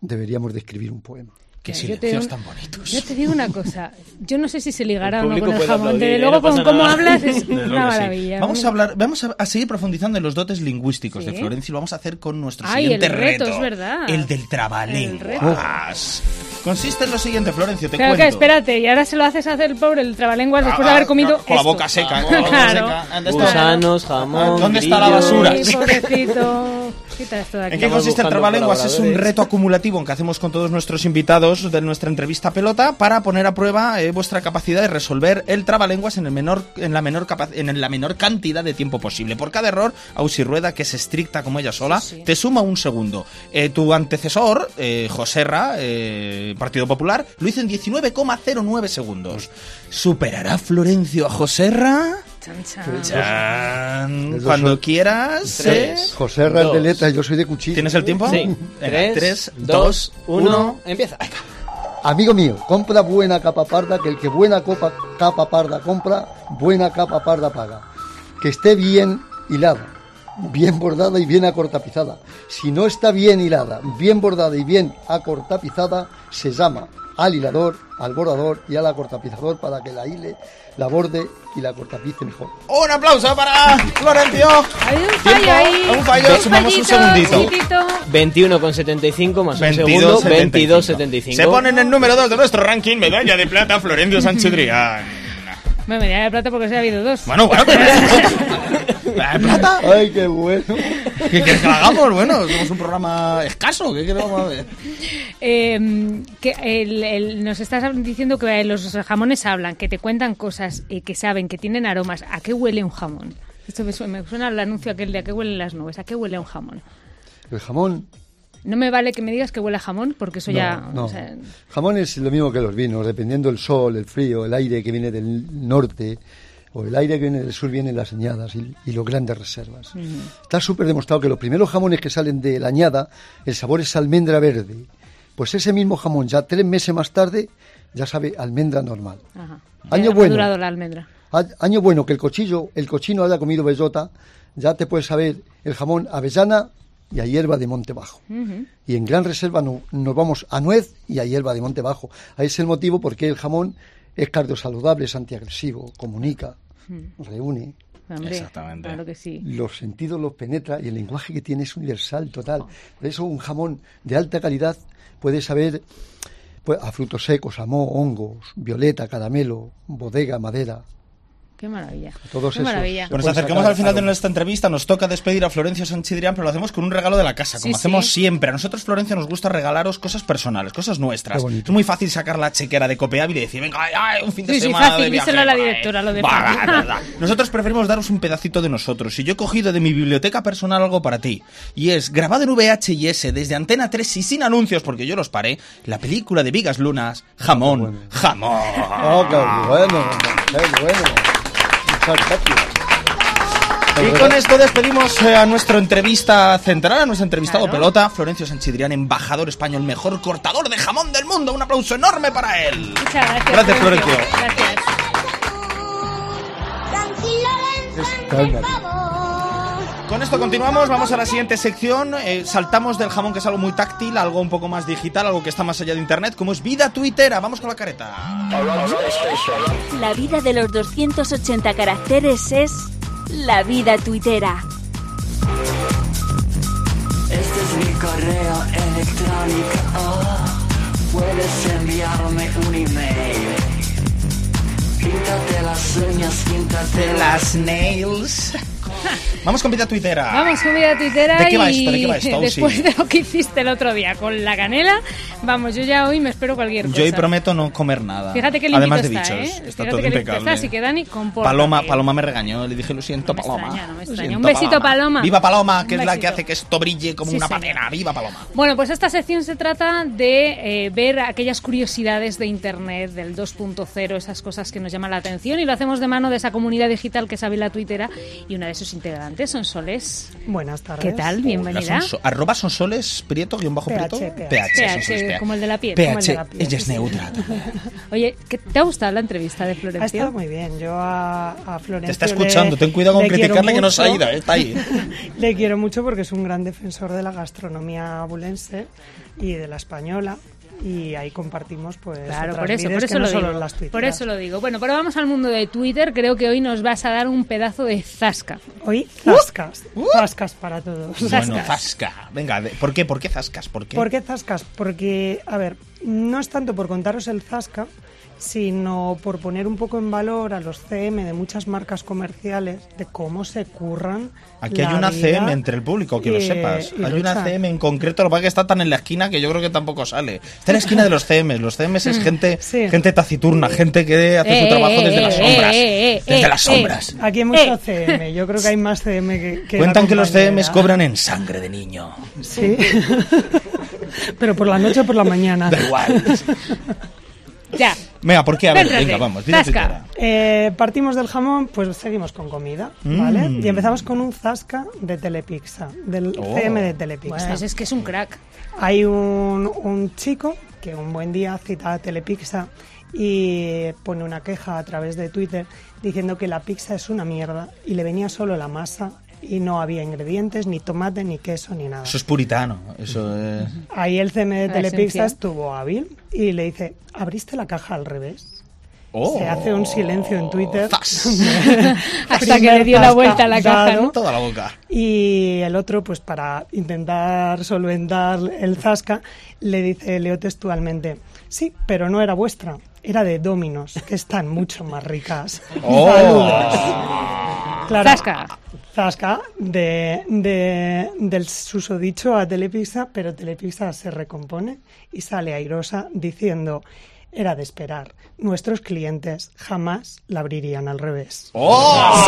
K: deberíamos de escribir un poema.
B: Qué
C: Yo
B: silencios
C: te-
B: tan bonitos.
C: Yo te digo una cosa, yo no sé si se ligará
D: El
C: o no
D: público
C: con el
D: puede
C: jamón.
D: aplaudir,
C: Desde
D: ¿eh?
C: luego,
D: No
C: con
D: pasa
C: cómo
D: nada.
C: hablas es
B: Desde luego
C: una
B: que sí.
C: maravilla.
B: Vamos a hablar, vamos a, a seguir profundizando en los dotes lingüísticos de
C: Sí.
B: Florencio y lo vamos a hacer con nuestro
C: Ay,
B: siguiente
C: el reto, es verdad.
B: El del trabalenguas. Consiste en lo siguiente, Florencio, te
C: Claro
B: cuento.
C: que espérate, y ahora se lo haces hacer el pobre el trabalenguas después de haber comido.
B: con la
C: esto.
B: boca seca,
C: Ah,
D: eh,
B: con la boca
C: claro.
B: seca. Anda, está-
D: Gusanos, jamón,
B: ¿Dónde está la
D: grillos.
B: basura?
C: Ay, pobrecito. ¿Qué tal esto de aquí?
B: ¿En qué consiste el trabalenguas? Es un reto acumulativo que hacemos con todos nuestros invitados de nuestra entrevista pelota para poner a prueba eh, vuestra capacidad de resolver el trabalenguas en, el menor, en, la menor capa- en la menor cantidad de tiempo posible. Por cada error, Ausi Rueda, que es estricta como ella sola, te suma un segundo. Eh, tu antecesor, eh, Joserra, eh, Partido Popular, lo hizo en 19,09 segundos. ¿Superará Florencio a Joserra?
C: Chan, chan.
B: Chan.
K: Los dos
B: Cuando
K: son-
B: quieras. ¿eh?
K: José Herrera es de letra, yo soy de cuchillo.
B: ¿Tienes el tiempo? Sí. Venga,
D: Tres,
B: tres,
D: dos,
B: dos,
D: uno,
K: uno.
D: empieza.
K: Amigo mío, compra buena capa parda, que el que buena copa, capa parda compra, buena capa parda paga. Que esté bien hilada, bien bordada y bien acortapizada. Si no está bien hilada, bien bordada y bien acortapizada, se llama al hilador, al bordador y al acortapizador para que la hile, la borde y la acortapice mejor.
B: Un aplauso para Florencio.
C: Hay un
B: Tiempo,
C: fallo ahí.
B: un fallo,
C: Un
B: sumamos un
C: fallito,
B: segundito.
C: chiquitito.
D: 21,75 más
B: 22,75.
D: un segundo, 22,75.
B: Se pone en el número 2 de nuestro ranking medalla de plata Florencio Sánchez Drián.
C: Me medía de plata porque se ha habido dos.
B: Bueno, bueno, pero- ¿La de plata?
K: ¡Ay, qué bueno!
B: ¿Qué quieres que la hagamos? Bueno, somos un programa escaso. ¿Qué quieres que vamos a ver?
C: Eh, que el- el- nos estás diciendo que los jamones hablan, que te cuentan cosas, eh, que saben, que tienen aromas. ¿A qué huele un jamón? Esto me suena, me suena al anuncio aquel de a qué huelen las nubes. ¿A qué huele un jamón?
K: El jamón,
C: No me vale que me digas que huele a jamón porque eso
K: No,
C: ya...
K: no.
C: o sea,
K: Jamón es lo mismo que los vinos, dependiendo el sol, el frío, el aire que viene del norte o el aire que viene del sur, vienen las añadas y, y los grandes reservas. Está súper demostrado que los primeros jamones que salen de la añada, el sabor es almendra verde. Pues ese mismo jamón, ya tres meses más tarde, ya sabe almendra normal.
C: ajá.
K: Año
C: Ya ha
K: bueno.
C: durado la almendra.
K: A- Año bueno que el cochillo, el cochino haya comido bellota, ya te puedes saber el jamón avellana y a hierba de monte bajo.
C: Ujú.
K: Y en gran reserva no- nos vamos a nuez y a hierba de monte bajo. Ahí es el motivo por qué el jamón es cardiosaludable, es antiagresivo, comunica, reúne.
C: Mm. Hombre,
B: Exactamente.
C: Claro que sí.
K: Los sentidos los penetra y el lenguaje que tiene es universal, total. Por eso un jamón de alta calidad puede saber pues, a frutos secos, a moho, hongos, violeta, caramelo, bodega, madera.
C: Qué maravilla.
K: todos Pues
C: qué
K: esos.
C: maravilla.
B: Bueno, nos acercamos al final de nuestra entrevista. Nos toca despedir a Florencio Sanchidrián, pero lo hacemos con un regalo de la casa,
C: Sí,
B: como
C: sí.
B: hacemos siempre. A nosotros, Florencio, nos gusta regalaros cosas personales, cosas nuestras.
K: Qué bonito.
B: Es muy fácil sacar la chequera de Copeabil y decir, venga, ay, ay, un fin de
C: Sí, sí,
B: semana.
C: fácil,
B: de viaje,
C: díselo a la
B: va, eh.
C: directora, lo de
B: Va,
C: fácil.
B: va, va, va. Nosotros preferimos daros un pedacito de nosotros. Y yo he cogido de mi biblioteca personal algo para ti. Y es grabado en VHS desde Antena 3 y sin anuncios, porque yo los paré, la película de Vigas Lunas, Jamón, Jamón.
K: Ah, qué bueno, qué bueno. Muchas gracias.
B: Y con esto despedimos eh, a nuestra entrevista central, a nuestro entrevistado pelota, Florencio Sanchidrián, embajador español, mejor cortador de jamón del mundo. Un aplauso enorme para él.
C: Muchas gracias.
B: Gracias, Florencio.
C: Gracias.
K: Calma.
B: Con esto continuamos, vamos a la siguiente sección. Eh, saltamos del jamón que es algo muy táctil, algo un poco más digital, algo que está más allá de internet, como es vida twittera. Vamos con la careta.
A: La vida de los 280 caracteres es la vida tuitera.
F: Este es mi correo electrónico. Puedes enviarme un email. Quítate las uñas, quítate
B: Las nails. Vamos con vida twittera.
C: Vamos, comida tuitera.
B: Ah. ¿De qué va
C: y
B: esto? ¿De qué va esto, Ausi?
C: Después de lo que hiciste el otro día con la canela, vamos, yo ya hoy me espero cualquier cosa.
B: Yo hoy prometo no comer nada.
C: Fíjate que limpito
B: Además de
C: está,
B: bichos.
C: ¿eh?
B: Está
C: Fíjate
B: todo
C: que limpito
B: impecable.
C: está, así que Dani, compórtate.
B: Paloma, Paloma me regañó, le dije lo siento, Paloma.
C: extraña, no me
B: Lo
C: extraña.
B: siento,
C: Un besito, Paloma.
B: Viva Paloma, que
C: Un
B: es la
C: besito.
B: que hace que esto brille como
C: Sí,
B: una
C: señor.
B: patena. Viva Paloma.
C: Bueno, pues esta sección se trata de eh, ver aquellas curiosidades de Internet, del 2.0, esas cosas que nos llaman la atención y lo hacemos de mano de esa comunidad digital que es Avila Twittera y una de sus integrantes, Sonsoles.
M: Buenas tardes.
C: ¿Qué tal? Bienvenida.
B: Las Sonso- arroba sonsoles prieto, guión bajo
M: PH,
B: prieto.
M: PH.
B: Sonsoles,
C: PH, como el de la piel, como el de la
B: PH,
C: piel.
B: ella es neutra.
C: Oye, ¿qué- ¿te ha gustado la entrevista de Florencio?
M: Ha estado muy bien. Yo a, a Florencio.
B: Te está
M: le-
B: escuchando, ten cuidado con
M: le quiero
B: criticarle que no se ha
M: mucho.
B: ido, eh, está ahí.
M: le quiero mucho porque es un gran defensor de la gastronomía abulense y de la española. Y ahí compartimos, pues.
C: Claro,
M: otras
C: por eso, por
M: vides que
C: eso,
M: no
C: lo
M: solo
C: digo,
M: las tuiteras.
C: por eso lo digo. Bueno, pero vamos al mundo de Twitter. Creo que hoy nos vas a dar un pedazo de zasca.
M: Hoy, zascas.
C: ¡Uh!
M: Zascas para todos.
B: Bueno, zasca. Venga, de- ¿por qué? ¿Por qué zascas? ¿Por qué?
M: ¿Por qué zascas? Porque, a ver, no es tanto por contaros el zasca, sino por poner un poco en valor a los CM de muchas marcas comerciales, de cómo se curran.
B: Aquí
M: la
B: hay una
M: vida
B: CM entre el público, que lo
M: y-
B: sepas.
M: y
B: Hay una
M: luchan.
B: CM en concreto, lo que pasa es que está tan en la esquina que yo creo que tampoco sale. Está en la esquina de los CMs. Los CMs
M: Mm,
B: es gente, gente taciturna, gente que hace
M: Eh,
B: su trabajo desde las sombras. desde las sombras.
M: Aquí hay mucho CM, yo creo que hay más CM que... que la
B: Cuentan que los CMs
M: compañera.
B: cobran en sangre de niño.
M: Sí. Pero por la noche o por la mañana.
B: Da igual.
M: Ya.
B: Venga, ¿por qué? A ver,
M: Céntrate.
B: venga, vamos. vida tuitera.
M: Zasca. Eh, partimos del jamón, pues seguimos con comida, ¿vale?
B: Mm.
M: Y empezamos con un zasca de Telepizza, del
C: Oh.
M: CM de Telepizza.
C: Bueno, ese es que es un crack.
M: Hay un, un chico que un buen día cita a Telepizza y pone una queja a través de Twitter diciendo que la pizza es una mierda y le venía solo la masa y no había ingredientes, ni tomate, ni queso, ni nada.
B: Eso es puritano. Eso es...
M: Ahí el CM de
C: La
M: Telepizza
C: esencia.
M: estuvo hábil y le dice, ¿abriste la caja al revés?
B: Oh.
M: Se hace un silencio en Twitter.
C: Hasta que le dio la
M: Zasca
C: vuelta a la caja,
M: dado.
C: ¿no?
B: Toda la boca.
M: Y el otro, pues para intentar solventar el zasca, le dice, leo textualmente, sí, pero no era vuestra, era de Dominos, que están mucho más ricas.
B: Oh.
M: Saludos. Claro,
C: Zasca.
M: Zasca de, de- del susodicho a Telepizza, pero Telepizza se recompone y sale airosa diciendo... Era de esperar. Nuestros clientes jamás la abrirían al revés.
B: ¡Oh!
F: ¡Oh!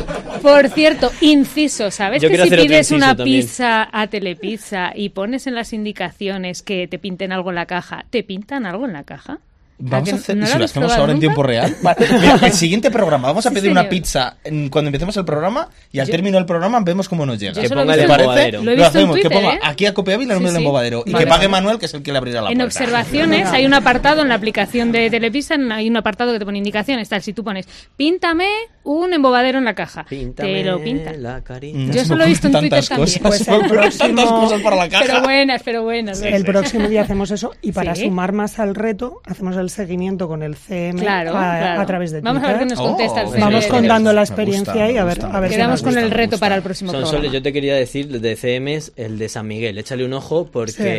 C: ¡Súper Por cierto, inciso, ¿sabes
M: Yo
C: que
M: quiero
C: si
M: hacer otro
C: pides
M: inciso
C: una
M: también.
C: pizza a Telepizza y pones en las indicaciones que te pinten algo en la caja, ¿te pintan algo en la caja?
B: Vamos
C: ¿A
B: a
C: que
B: hacer,
C: no
B: ¿y
C: lo
B: si lo
C: habéis
B: hacemos
C: probado
B: ahora en
C: nunca?
B: tiempo real. Vale, mira, el siguiente programa, vamos a
C: Sí,
B: pedir una
C: señor.
B: pizza en- cuando empecemos el programa y al término del programa vemos cómo nos llega.
C: Yo Que solo he ponga visto
B: ¿Te
C: en-
B: parece?
C: embobadero. Lo he visto en
B: hacemos, que
C: Twitter,
B: ponga
C: ¿eh?
B: aquí a Copiavi la
C: Sí,
B: número del
C: sí.
B: embobadero y
C: Vale.
B: que pague Manuel, que es el que le abrirá la
C: En
B: puerta.
C: observaciones hay un apartado en la aplicación de Telepizza, en- hay un apartado que te pone indicaciones, tal, si tú pones, píntame un embobadero en la caja, te lo pintan.
B: Mm,
C: Yo
B: se
C: solo
B: me
C: he visto en
B: ocurren
C: Twitter
B: tantas
C: también.
B: cosas, se me ocurren tantas cosas para la caja.
C: Pues Pero buenas, pero buenas.
M: El próximo día hacemos eso y para
C: Sí.
M: sumar más al reto hacemos el seguimiento con el CM
C: Claro,
M: a,
C: claro.
M: a través de Twitter.
C: Vamos a ver qué nos contesta el CM.
M: Vamos
C: Me
M: contando la
C: gusta,
M: experiencia y a ver, a ver si
C: Quedamos
M: nos
C: con
M: gusta.
C: el reto para el próximo programa.
D: Sonsoles, yo te quería decir de CMs el de San Miguel. Échale un ojo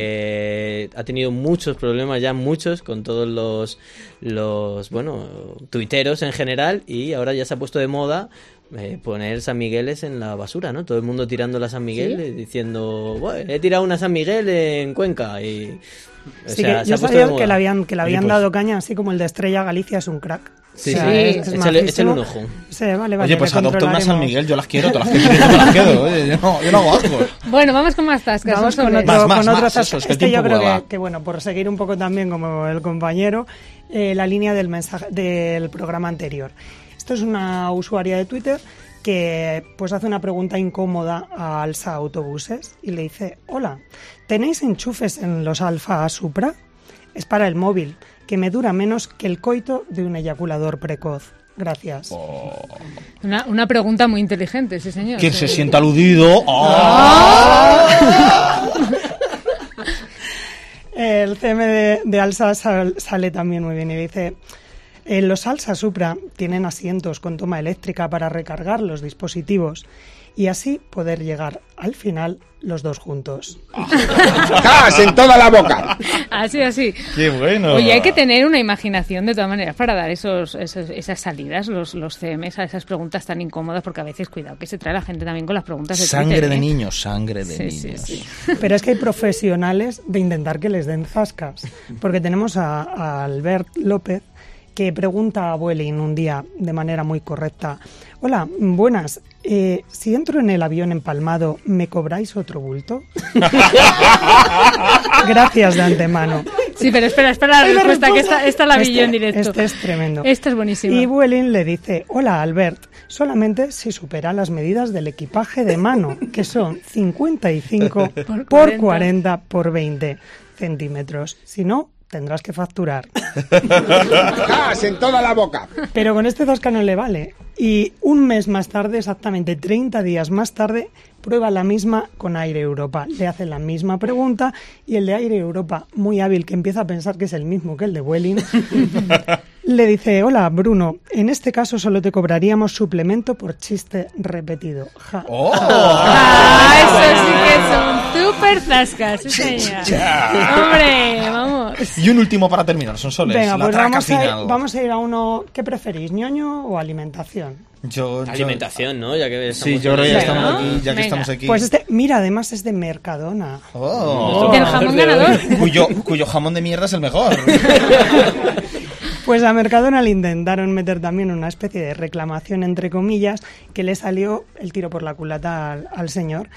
D: porque ha tenido muchos problemas ya, muchos, con todos los, los, bueno, tuiteros en general y ahora ya se ha puesto de moda. eh, poner San Migueles en la basura, ¿no? Todo el mundo tirando la San Miguel
M: ¿Sí?
D: y diciendo, "Buah, he tirado una San Miguel en Cuenca y... o
M: Sí,
D: sea,
M: que
D: se
M: yo
D: ha puesto de
M: sabía
D: moda.
M: que le habían, que le habían
D: Y pues,
M: dado caña, así como el de Estrella Galicia es un crack.
D: Sí, sí. Échale- échale un ojo.
M: Sí, vale, vale,
B: Oye, pues
M: le
B: adopta una San
M: controlaremos.
B: Miguel, yo las quiero, todas las que tienes, yo me las quedo. oye, yo, no, yo no hago asco.
C: Bueno, vamos con más tascas.
M: Vamos con
C: Sonsoles.
B: Más,
M: otro,
B: más,
M: con otro
B: más, eso,
M: zasca.
B: es que el
M: Este yo
B: tiempo
M: creo que,
B: vuela.
M: que, bueno, por seguir un poco también como el compañero, eh, la línea del mensaje del programa anterior. Esto es una usuaria de Twitter que pues hace una pregunta incómoda a Alsa Autobuses y le dice, hola, ¿tenéis enchufes en los Alfa Supra? Es para el móvil, que me dura menos que el coito de un eyaculador precoz. Gracias.
B: Oh.
C: Una, una pregunta muy inteligente, sí, señor.
B: Quien
C: Sí.
B: se sienta aludido. ¡Ah!
C: Ah.
M: El CM de, de Alsa sal- sale también muy bien y dice, "Eh, los Alsa Supra tienen asientos con toma eléctrica para recargar los dispositivos y así poder llegar al final los dos juntos.
E: ¡Cas en toda la boca!
C: Así, así.
B: ¡Qué bueno!
C: Oye, hay que tener una imaginación de todas maneras para dar esos, esos- esas salidas, los, los CMs, a esas preguntas tan incómodas, porque a veces, cuidado, que se trae la gente también con las preguntas de
B: Sangre
C: Twitter,
B: de
C: ¿eh?
B: niños, sangre de
C: Sí, sí,
B: niños.
M: Pero es que hay profesionales de intentar que les den zascas, porque tenemos a, a Albert López que pregunta a Vueling un día de manera muy correcta, hola, buenas, eh, si entro en el avión empalmado, ¿me cobráis otro bulto? Gracias de antemano.
C: Sí, pero espera, espera la
M: Hay una
C: respuesta, que
M: respuesta.
C: esta, esta la vi
M: Este-
C: yo en directo.
M: este es tremendo.
C: Esta es buenísima.
M: Y Vueling le dice, hola Albert, solamente si supera las medidas del equipaje de mano, que son 55
C: Por
M: por
C: 40.
M: 40 por 20 centímetros. Si no, tendrás que facturar.
E: ¡Cas en toda la boca!
M: Pero con este Zasca no le vale. Y un mes más tarde, exactamente 30 días más tarde, prueba la misma con Aire Europa. Le hacen la misma pregunta y el de Aire Europa, muy hábil, que empieza a pensar que es el mismo que el de Welling, le dice, hola Bruno, en este caso solo te cobraríamos suplemento por chiste repetido. Ja.
C: Ah, eso sí que son súper zascas, sí, señor.
M: Chicha.
C: Hombre, vamos.
B: Y un último para terminar, son soles.
M: Venga,
B: la
M: pues
B: traca
M: vamos a, ir,
B: final.
M: vamos a ir a uno. ¿Qué preferís, ñoño o alimentación?
B: Yo- yo-
D: Alimentación, ¿no? Ya que
B: Sí,
D: estamos
B: yo creo que ya
D: en-
B: estamos aquí, ya que estamos aquí.
M: Pues este, mira, además es de Mercadona.
B: Oh.
M: Del jamón ganador.
B: Cuyo, cuyo jamón de mierda es el mejor.
M: Pues a Mercadona le intentaron meter también una especie de reclamación, entre comillas, que le salió el tiro por la culata al, al señor.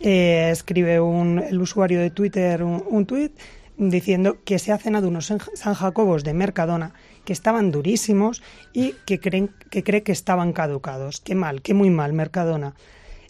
M: Eh, escribe un, el usuario de Twitter un, un tuit diciendo que se ha cenado unos San- San Jacobos de Mercadona que estaban durísimos y que, creen, que cree que estaban caducados. Qué mal, qué muy mal, Mercadona.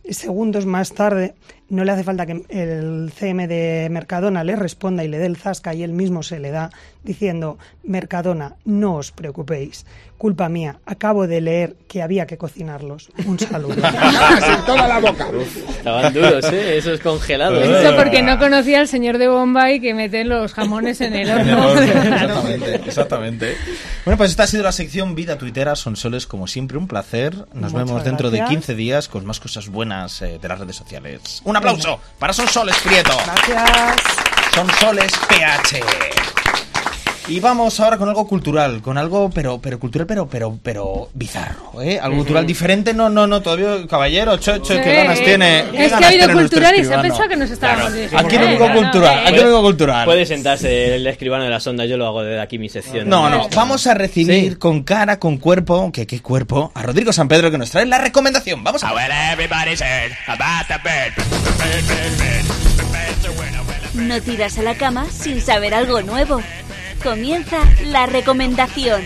M: Segundos más tarde, no le hace falta que el CM de Mercadona le responda y le dé el zasca y él mismo se le da diciendo, Mercadona, no os preocupéis, culpa mía, acabo de leer que había que cocinarlos. Un saludo.
E: en toda la boca.
D: Estaban duros, ¿eh? Eso es congelado. ¿eh?
C: Eso porque no conocía al señor de Bombay que mete los jamones en el
B: En el
C: horno.
B: horno, exactamente, exactamente. Bueno, pues esta ha sido la sección Vida Tuitera. Son soles, como siempre, un placer. Nos
M: Muchas
B: vemos dentro de
M: gracias.
B: 15 días con más cosas buenas eh, de las redes sociales. Un aplauso para Son Soles Prieto.
M: Gracias.
B: Son Soles PH. Y vamos ahora con algo cultural, con algo pero pero cultural pero pero pero bizarro, ¿eh? Algo
D: Ujú.
B: cultural diferente. No, no, no, todavía caballero, chocho,
C: Sí.
B: qué ganas tiene. qué
C: Es que ha
B: ganas
C: habido
B: tiene nuestro
C: cultural y se ha
B: escribano.
C: pensado que nos estábamos diciendo.
B: Aquí no hubo cultural,
C: Eh,
B: aquí no hubo cultural.
D: Puede sentarse el escribano de la sonda, yo lo hago desde aquí mi sección.
B: No, no, vamos a recibir con cara, con cuerpo, que qué cuerpo, a Rodrigo San Pedro que nos trae la recomendación. Vamos a ver.
A: No tiras a la cama sin saber algo nuevo. Comienza la recomendación.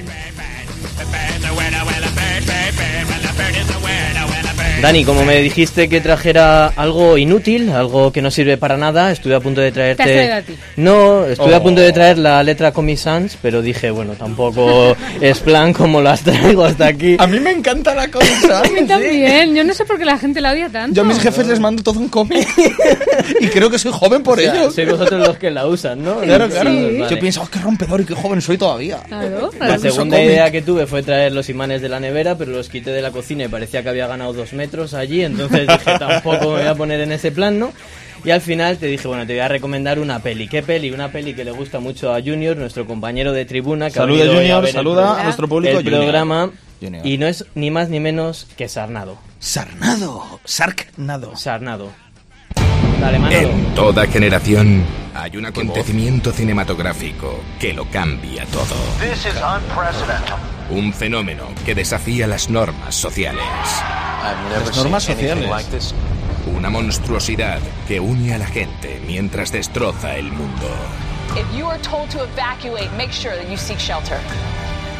D: Dani, como me dijiste que trajera algo inútil, algo que no sirve para nada, estuve a punto de traerte.
C: Te has traído a ti.
D: No, estuve a
B: Oh.
D: punto de traer la letra Comic Sans, pero dije, bueno, tampoco es plan como las traigo hasta aquí.
B: A mí me encanta la cosa.
C: A mí también, yo no sé por qué la gente la odia tanto.
B: Yo a mis jefes les mando todo un cómic. y creo que soy joven por
D: O sea,
B: ellos.
D: Sois vosotros los que la usan, ¿no?
B: Claro, claro.
D: Sí.
B: Yo pienso, oh, qué rompedor y qué joven soy todavía.
C: Claro,
D: La
C: claro.
D: segunda
B: cómic.
D: idea que tuve fue traer los imanes de la nevera, pero los quité de la cocina y parecía que había ganado dos metros allí, entonces dije tampoco me voy a poner en ese plan, ¿no? Y al final te dije, bueno, te voy a recomendar una peli. ¿Qué peli? Una peli que le gusta mucho a Junior, nuestro compañero de tribuna. Que ha
B: Saluda,
D: venido hoy
B: Junior,
D: ver el
B: saluda
D: programa-
B: a nuestro público,
D: El
B: Junior.
D: programa.
B: Junior.
D: Y no es ni más ni menos que Sarnado.
B: Sarnado. Sarnado. Eh,
D: Sarnado. Dale, Manolo.
N: En toda generación hay un acontecimiento cinematográfico que lo cambia todo.
O: This is unprecedented.
N: Un fenómeno que desafía las normas sociales.
B: Las normas seen anything sociales. like
N: Una monstruosidad que une a la gente mientras destroza el mundo.
P: If you are told to evacuate, make sure that you seek shelter.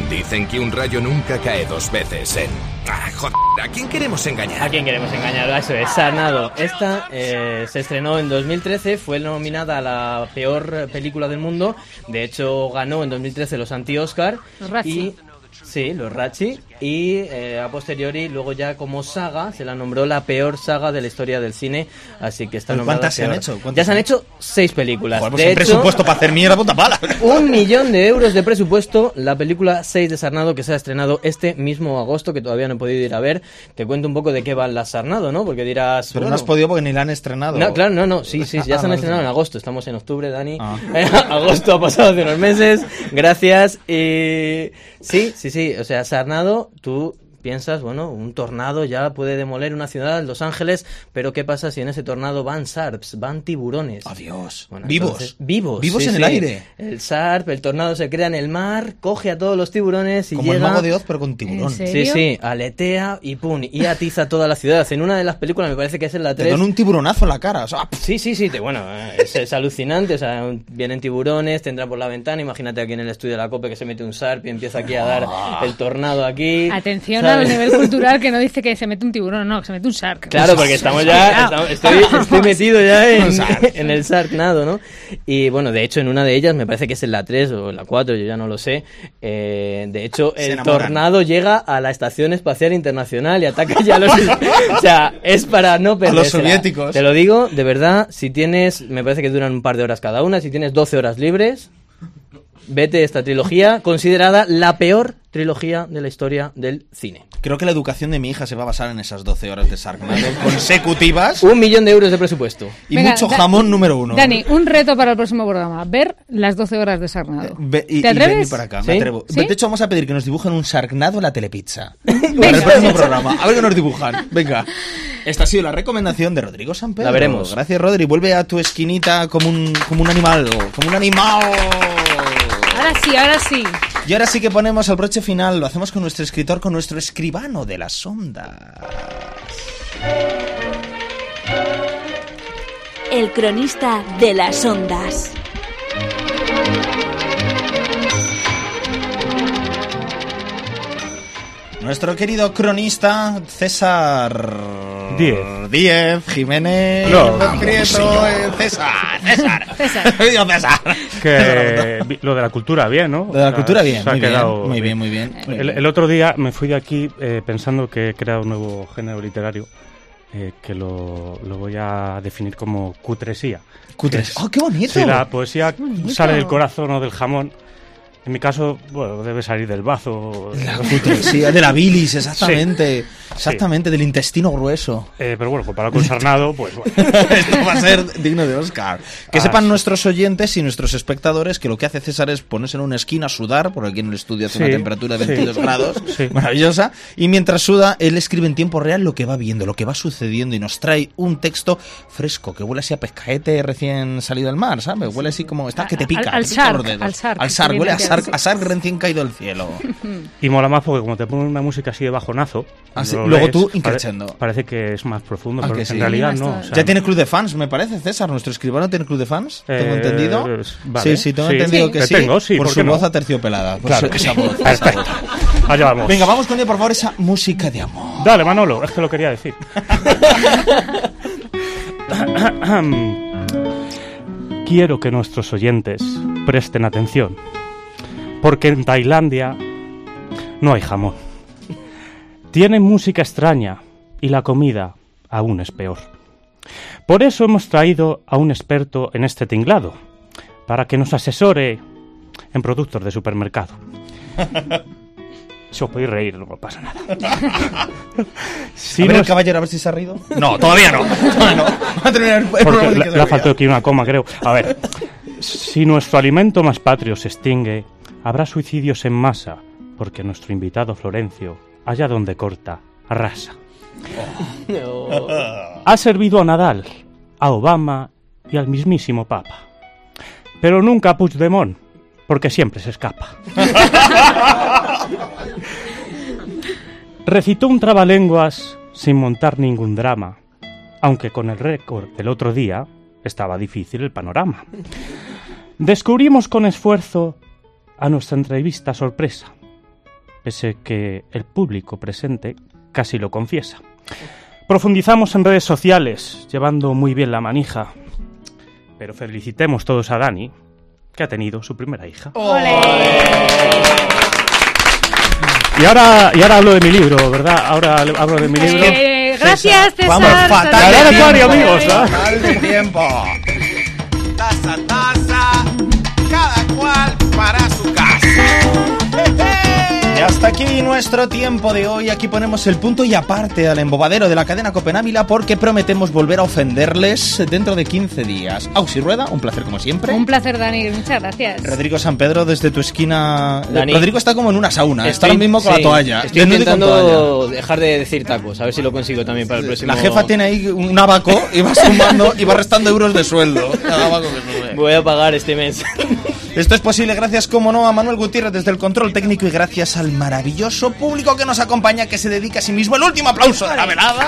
N: Dicen que un rayo nunca cae dos veces en... Ah, joder, ¿a quién queremos engañar?
D: ¿A quién queremos engañar? Ah, Eso es, Sarnado. Esta eh, se estrenó en 2013, fue nominada a la peor película del mundo. De hecho, ganó en 2013 los anti-Oscar.
C: Los Razzie.
D: Y, sí, los Rachi. Y eh, a posteriori, luego ya como saga, se la nombró la peor saga de la historia del cine. Así que está
B: ¿Pero
D: nombrada
B: cuántas se han
D: peor.
B: hecho? ¿Cuántas
D: Ya se han hecho seis películas.
B: Joder, pues
D: de
B: el
D: hecho,
B: presupuesto para hacer mierda, puta pala.
D: un millón de euros de presupuesto, la película 6 de Sarnado que se ha estrenado este mismo agosto, que todavía no he podido ir a ver. Te cuento un poco de qué va la Sarnado, ¿no? Porque dirás...
B: Pero no
D: bueno,
B: has podido porque ni la han estrenado.
D: no, claro, no, no, sí, sí, ya
B: Ah,
D: se han
B: vale. Ah.
D: estrenado en agosto, estamos en octubre, Dani. Eh, agosto ha pasado hace unos meses, gracias. Y... Sí, sí, sí, o sea, Sarnado, tú piensas, bueno, un tornado ya puede demoler una ciudad, Los Ángeles, pero ¿qué pasa si en ese tornado van sarps, van tiburones?
B: Adiós.
D: Bueno,
B: vivos.
D: entonces- vivos.
B: Vivos
D: sí,
B: en el
D: sí.
B: aire.
D: El SARP, el tornado se crea en el mar, coge a todos los tiburones y
B: Como el
D: llega-
B: mago de Oz, pero con tiburón.
C: ¿En
D: Sí,
C: serio?
D: sí, aletea y pum, y atiza toda la ciudad. En una de las películas, me parece que es en la
B: Te
D: 3.
B: dan un tiburonazo en la cara. o sea,
D: Sí, sí, sí, te- bueno, eh, es, es alucinante, o sea, un- vienen tiburones, te entran por la ventana, imagínate aquí en el estudio de la COPE que se mete un SARP y empieza aquí a dar
B: Ah.
D: el tornado aquí.
C: Atención
D: ¿sabes?
C: al nivel cultural que no dice que se mete un tiburón, no, que se mete un shark. Pues,
D: Claro, porque estamos ya. estamos- estoy, estoy metido ya en, en el sarnado, ¿no? Y bueno, de hecho, en una de ellas, me parece que es en la 3 o en la 4, yo ya no lo sé. eh, de hecho,
B: Se
D: el
B: enamoran.
D: tornado llega a la Estación Espacial Internacional y ataca ya a los. o sea, es para no perder.
B: soviéticos.
D: Te lo digo, de verdad, si tienes. Me parece que duran un par de horas cada una, si tienes 12 horas libres. Vete esta trilogía, considerada la peor trilogía de la historia del cine.
B: Creo que la educación de mi hija se va a basar en esas 12 horas de Sharknado consecutivas.
D: Un millón de euros de presupuesto.
B: Y
C: Venga,
B: mucho
C: Da-
B: jamón número uno.
C: Dani, un reto para el próximo programa. Ver las 12 horas de Sarnado.
B: Eh, Ve- y,
C: ¿Te
B: y
C: atreves?
B: venid para acá, me
C: ¿Sí?
B: atrevo.
C: ¿Sí?
B: De hecho, vamos a pedir que nos dibujen un sargnado a la telepizza. Para el próximo programa. A ver qué nos dibujan. Venga. Esta ha sido la recomendación de Rodrigo San Pedro.
D: La veremos.
B: Gracias, Rodri. Vuelve a tu esquinita como un, como un animal. Como un animal.
C: Ahora sí, ahora sí.
B: Y ahora sí que ponemos el broche final. Lo hacemos con nuestro escritor, con nuestro escribano de las ondas.
A: El cronista de las ondas.
B: Nuestro querido cronista César.
Q: Diez.
B: Diez, Jiménez.
Q: No,
B: Prieto, eh, César. César. Digo César.
Q: Que vi- lo de la cultura, bien, ¿no?
B: Lo de la cultura, bien,
Q: se ha
B: muy bien,
Q: quedado
B: muy bien, muy bien,
M: Eh,
B: muy
Q: El,
B: bien.
Q: el otro día me fui de aquí eh, pensando que he creado un nuevo género literario eh, que lo, lo voy a definir como cutresía.
B: Cutres-
Q: Que es-
B: ¡Oh, qué bonito!
Q: Si la poesía
B: Qué bonito.
Q: sale del corazón o del jamón. En mi caso, bueno, debe salir del bazo.
B: La cutresía, de la bilis, exactamente.
Q: Sí,
B: Exactamente, del intestino grueso.
Q: sí. Eh, pero bueno, comparado con Sarnado, pues bueno.
B: Esto va a ser digno de Oscar. Que
Q: Ah,
B: sepan nuestros oyentes y nuestros espectadores que lo que hace César es ponerse en una esquina a sudar, porque aquí en el estudio hace
Q: Sí,
B: una temperatura de 22
Q: sí.
B: grados,
Q: Sí.
B: maravillosa, y mientras suda, él escribe en tiempo real lo que va viendo, lo que va sucediendo, y nos trae un texto fresco, que huele así a pescaete recién salido al mar, ¿sabes? Huele así como, está que te pica,
C: al
B: te pica
C: shark,
B: los dedos.
C: al shark,
B: al shark,
C: que
B: huele a
C: viene de
B: shark,
C: ahí.
B: a shark recién caído del cielo.
Q: Y mola más porque como te ponen una música así de bajonazo,
B: Ah, sí,
Q: lo
B: luego tú,
Q: pare-
B: increchendo.
Q: parece que es más profundo,
B: Ah,
Q: pero
B: que
Q: en
B: sí.
Q: realidad no. o sea,
B: ya tiene club de fans, me parece, César. Nuestro escribano tiene club de fans. ¿Tengo
Q: Eh,
B: entendido?
Q: es- vale.
B: Sí, sí, tengo
Q: Sí.
B: entendido
Q: Sí.
B: que
Q: Que
B: sí.
Q: tengo, sí,
B: por
Q: ¿por
B: su
Q: qué no?
B: voz aterciopelada. por
Q: Claro.
B: su- esa voz, esa
Q: Perfecto.
B: voz.
Q: Allá vamos.
B: Venga, vamos con ella, por favor, esa música de amor.
Q: Dale, Manolo, es que lo quería decir. Quiero que nuestros oyentes presten atención, porque en Tailandia no hay jamón. Tienen música extraña y la comida aún es peor. Por eso hemos traído a un experto en este tinglado, para que nos asesore en productos de supermercado. Si os podéis reír, no pasa nada. Si
B: a ver,
Q: no
B: el caballero, a ver si se ha reído.
Q: No, todavía no.
B: Todavía no. Va a terminar el programa
Q: Porque
B: de
Q: le,
B: que
Q: le ha
B: se
Q: faltado aquí una coma, creo. A ver, si nuestro alimento más patrio se extingue, habrá suicidios en masa, porque nuestro invitado Florencio, allá donde corta, arrasa. Ha servido a Nadal, a Obama y al mismísimo Papa. Pero nunca a Puigdemont, porque siempre se escapa. Recitó un trabalenguas sin montar ningún drama, aunque con el récord del otro día estaba difícil el panorama. Descubrimos con esfuerzo a nuestra entrevista sorpresa, pese que el público presente casi lo confiesa. Profundizamos en redes sociales, llevando muy bien la manija, pero felicitemos todos a Dani, que ha tenido su primera hija. Y ahora, y ahora hablo de mi libro, ¿verdad? Ahora le- hablo de mi libro.
C: Eh, gracias, César.
Q: Vamos, fatal de
C: Saludos.
Q: tiempo, Acuario, amigos, ¿ah?
B: Mal de tiempo.
R: Taza, taza, cada cual para su casa.
B: Y hasta aquí nuestro tiempo de hoy. Aquí ponemos el punto y aparte al embobadero de la cadena Copenávila porque prometemos volver a ofenderles dentro de 15 días. Auxi Rueda, un placer como siempre.
C: Un placer, Dani. Muchas gracias.
B: Rodrigo San Pedro, desde tu esquina.
D: Dani.
B: Rodrigo está como en una sauna, está ahora mismo con
D: sí,
B: la toalla.
D: Estoy
B: desnudo y con toalla.
D: intentando dejar de decir tacos, a ver si lo consigo también para el próximo.
B: La jefa tiene ahí un abaco y va sumando y va restando euros de sueldo. Cada abaco que sube.
D: Voy a pagar este mes.
B: Esto es posible gracias, como no, a Manuel Gutiérrez desde el control técnico y gracias al maravilloso público que nos acompaña, que se dedica a sí mismo. El último aplauso de la velada.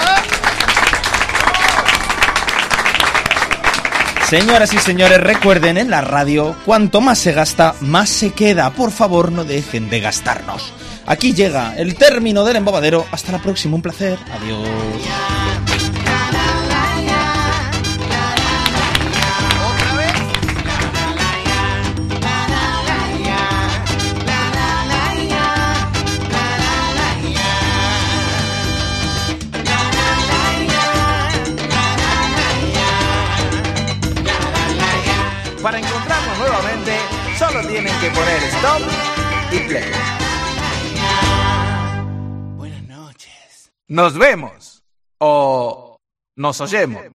B: Señoras y señores, recuerden en la radio, cuanto más se gasta, más se queda. Por favor, no dejen de gastarnos. Aquí llega el término del embobadero. Hasta la próxima, un placer. Adiós.
R: Para encontrarnos nuevamente, solo tienen que poner stop y play.
N: Nos vemos. O nos oyemos.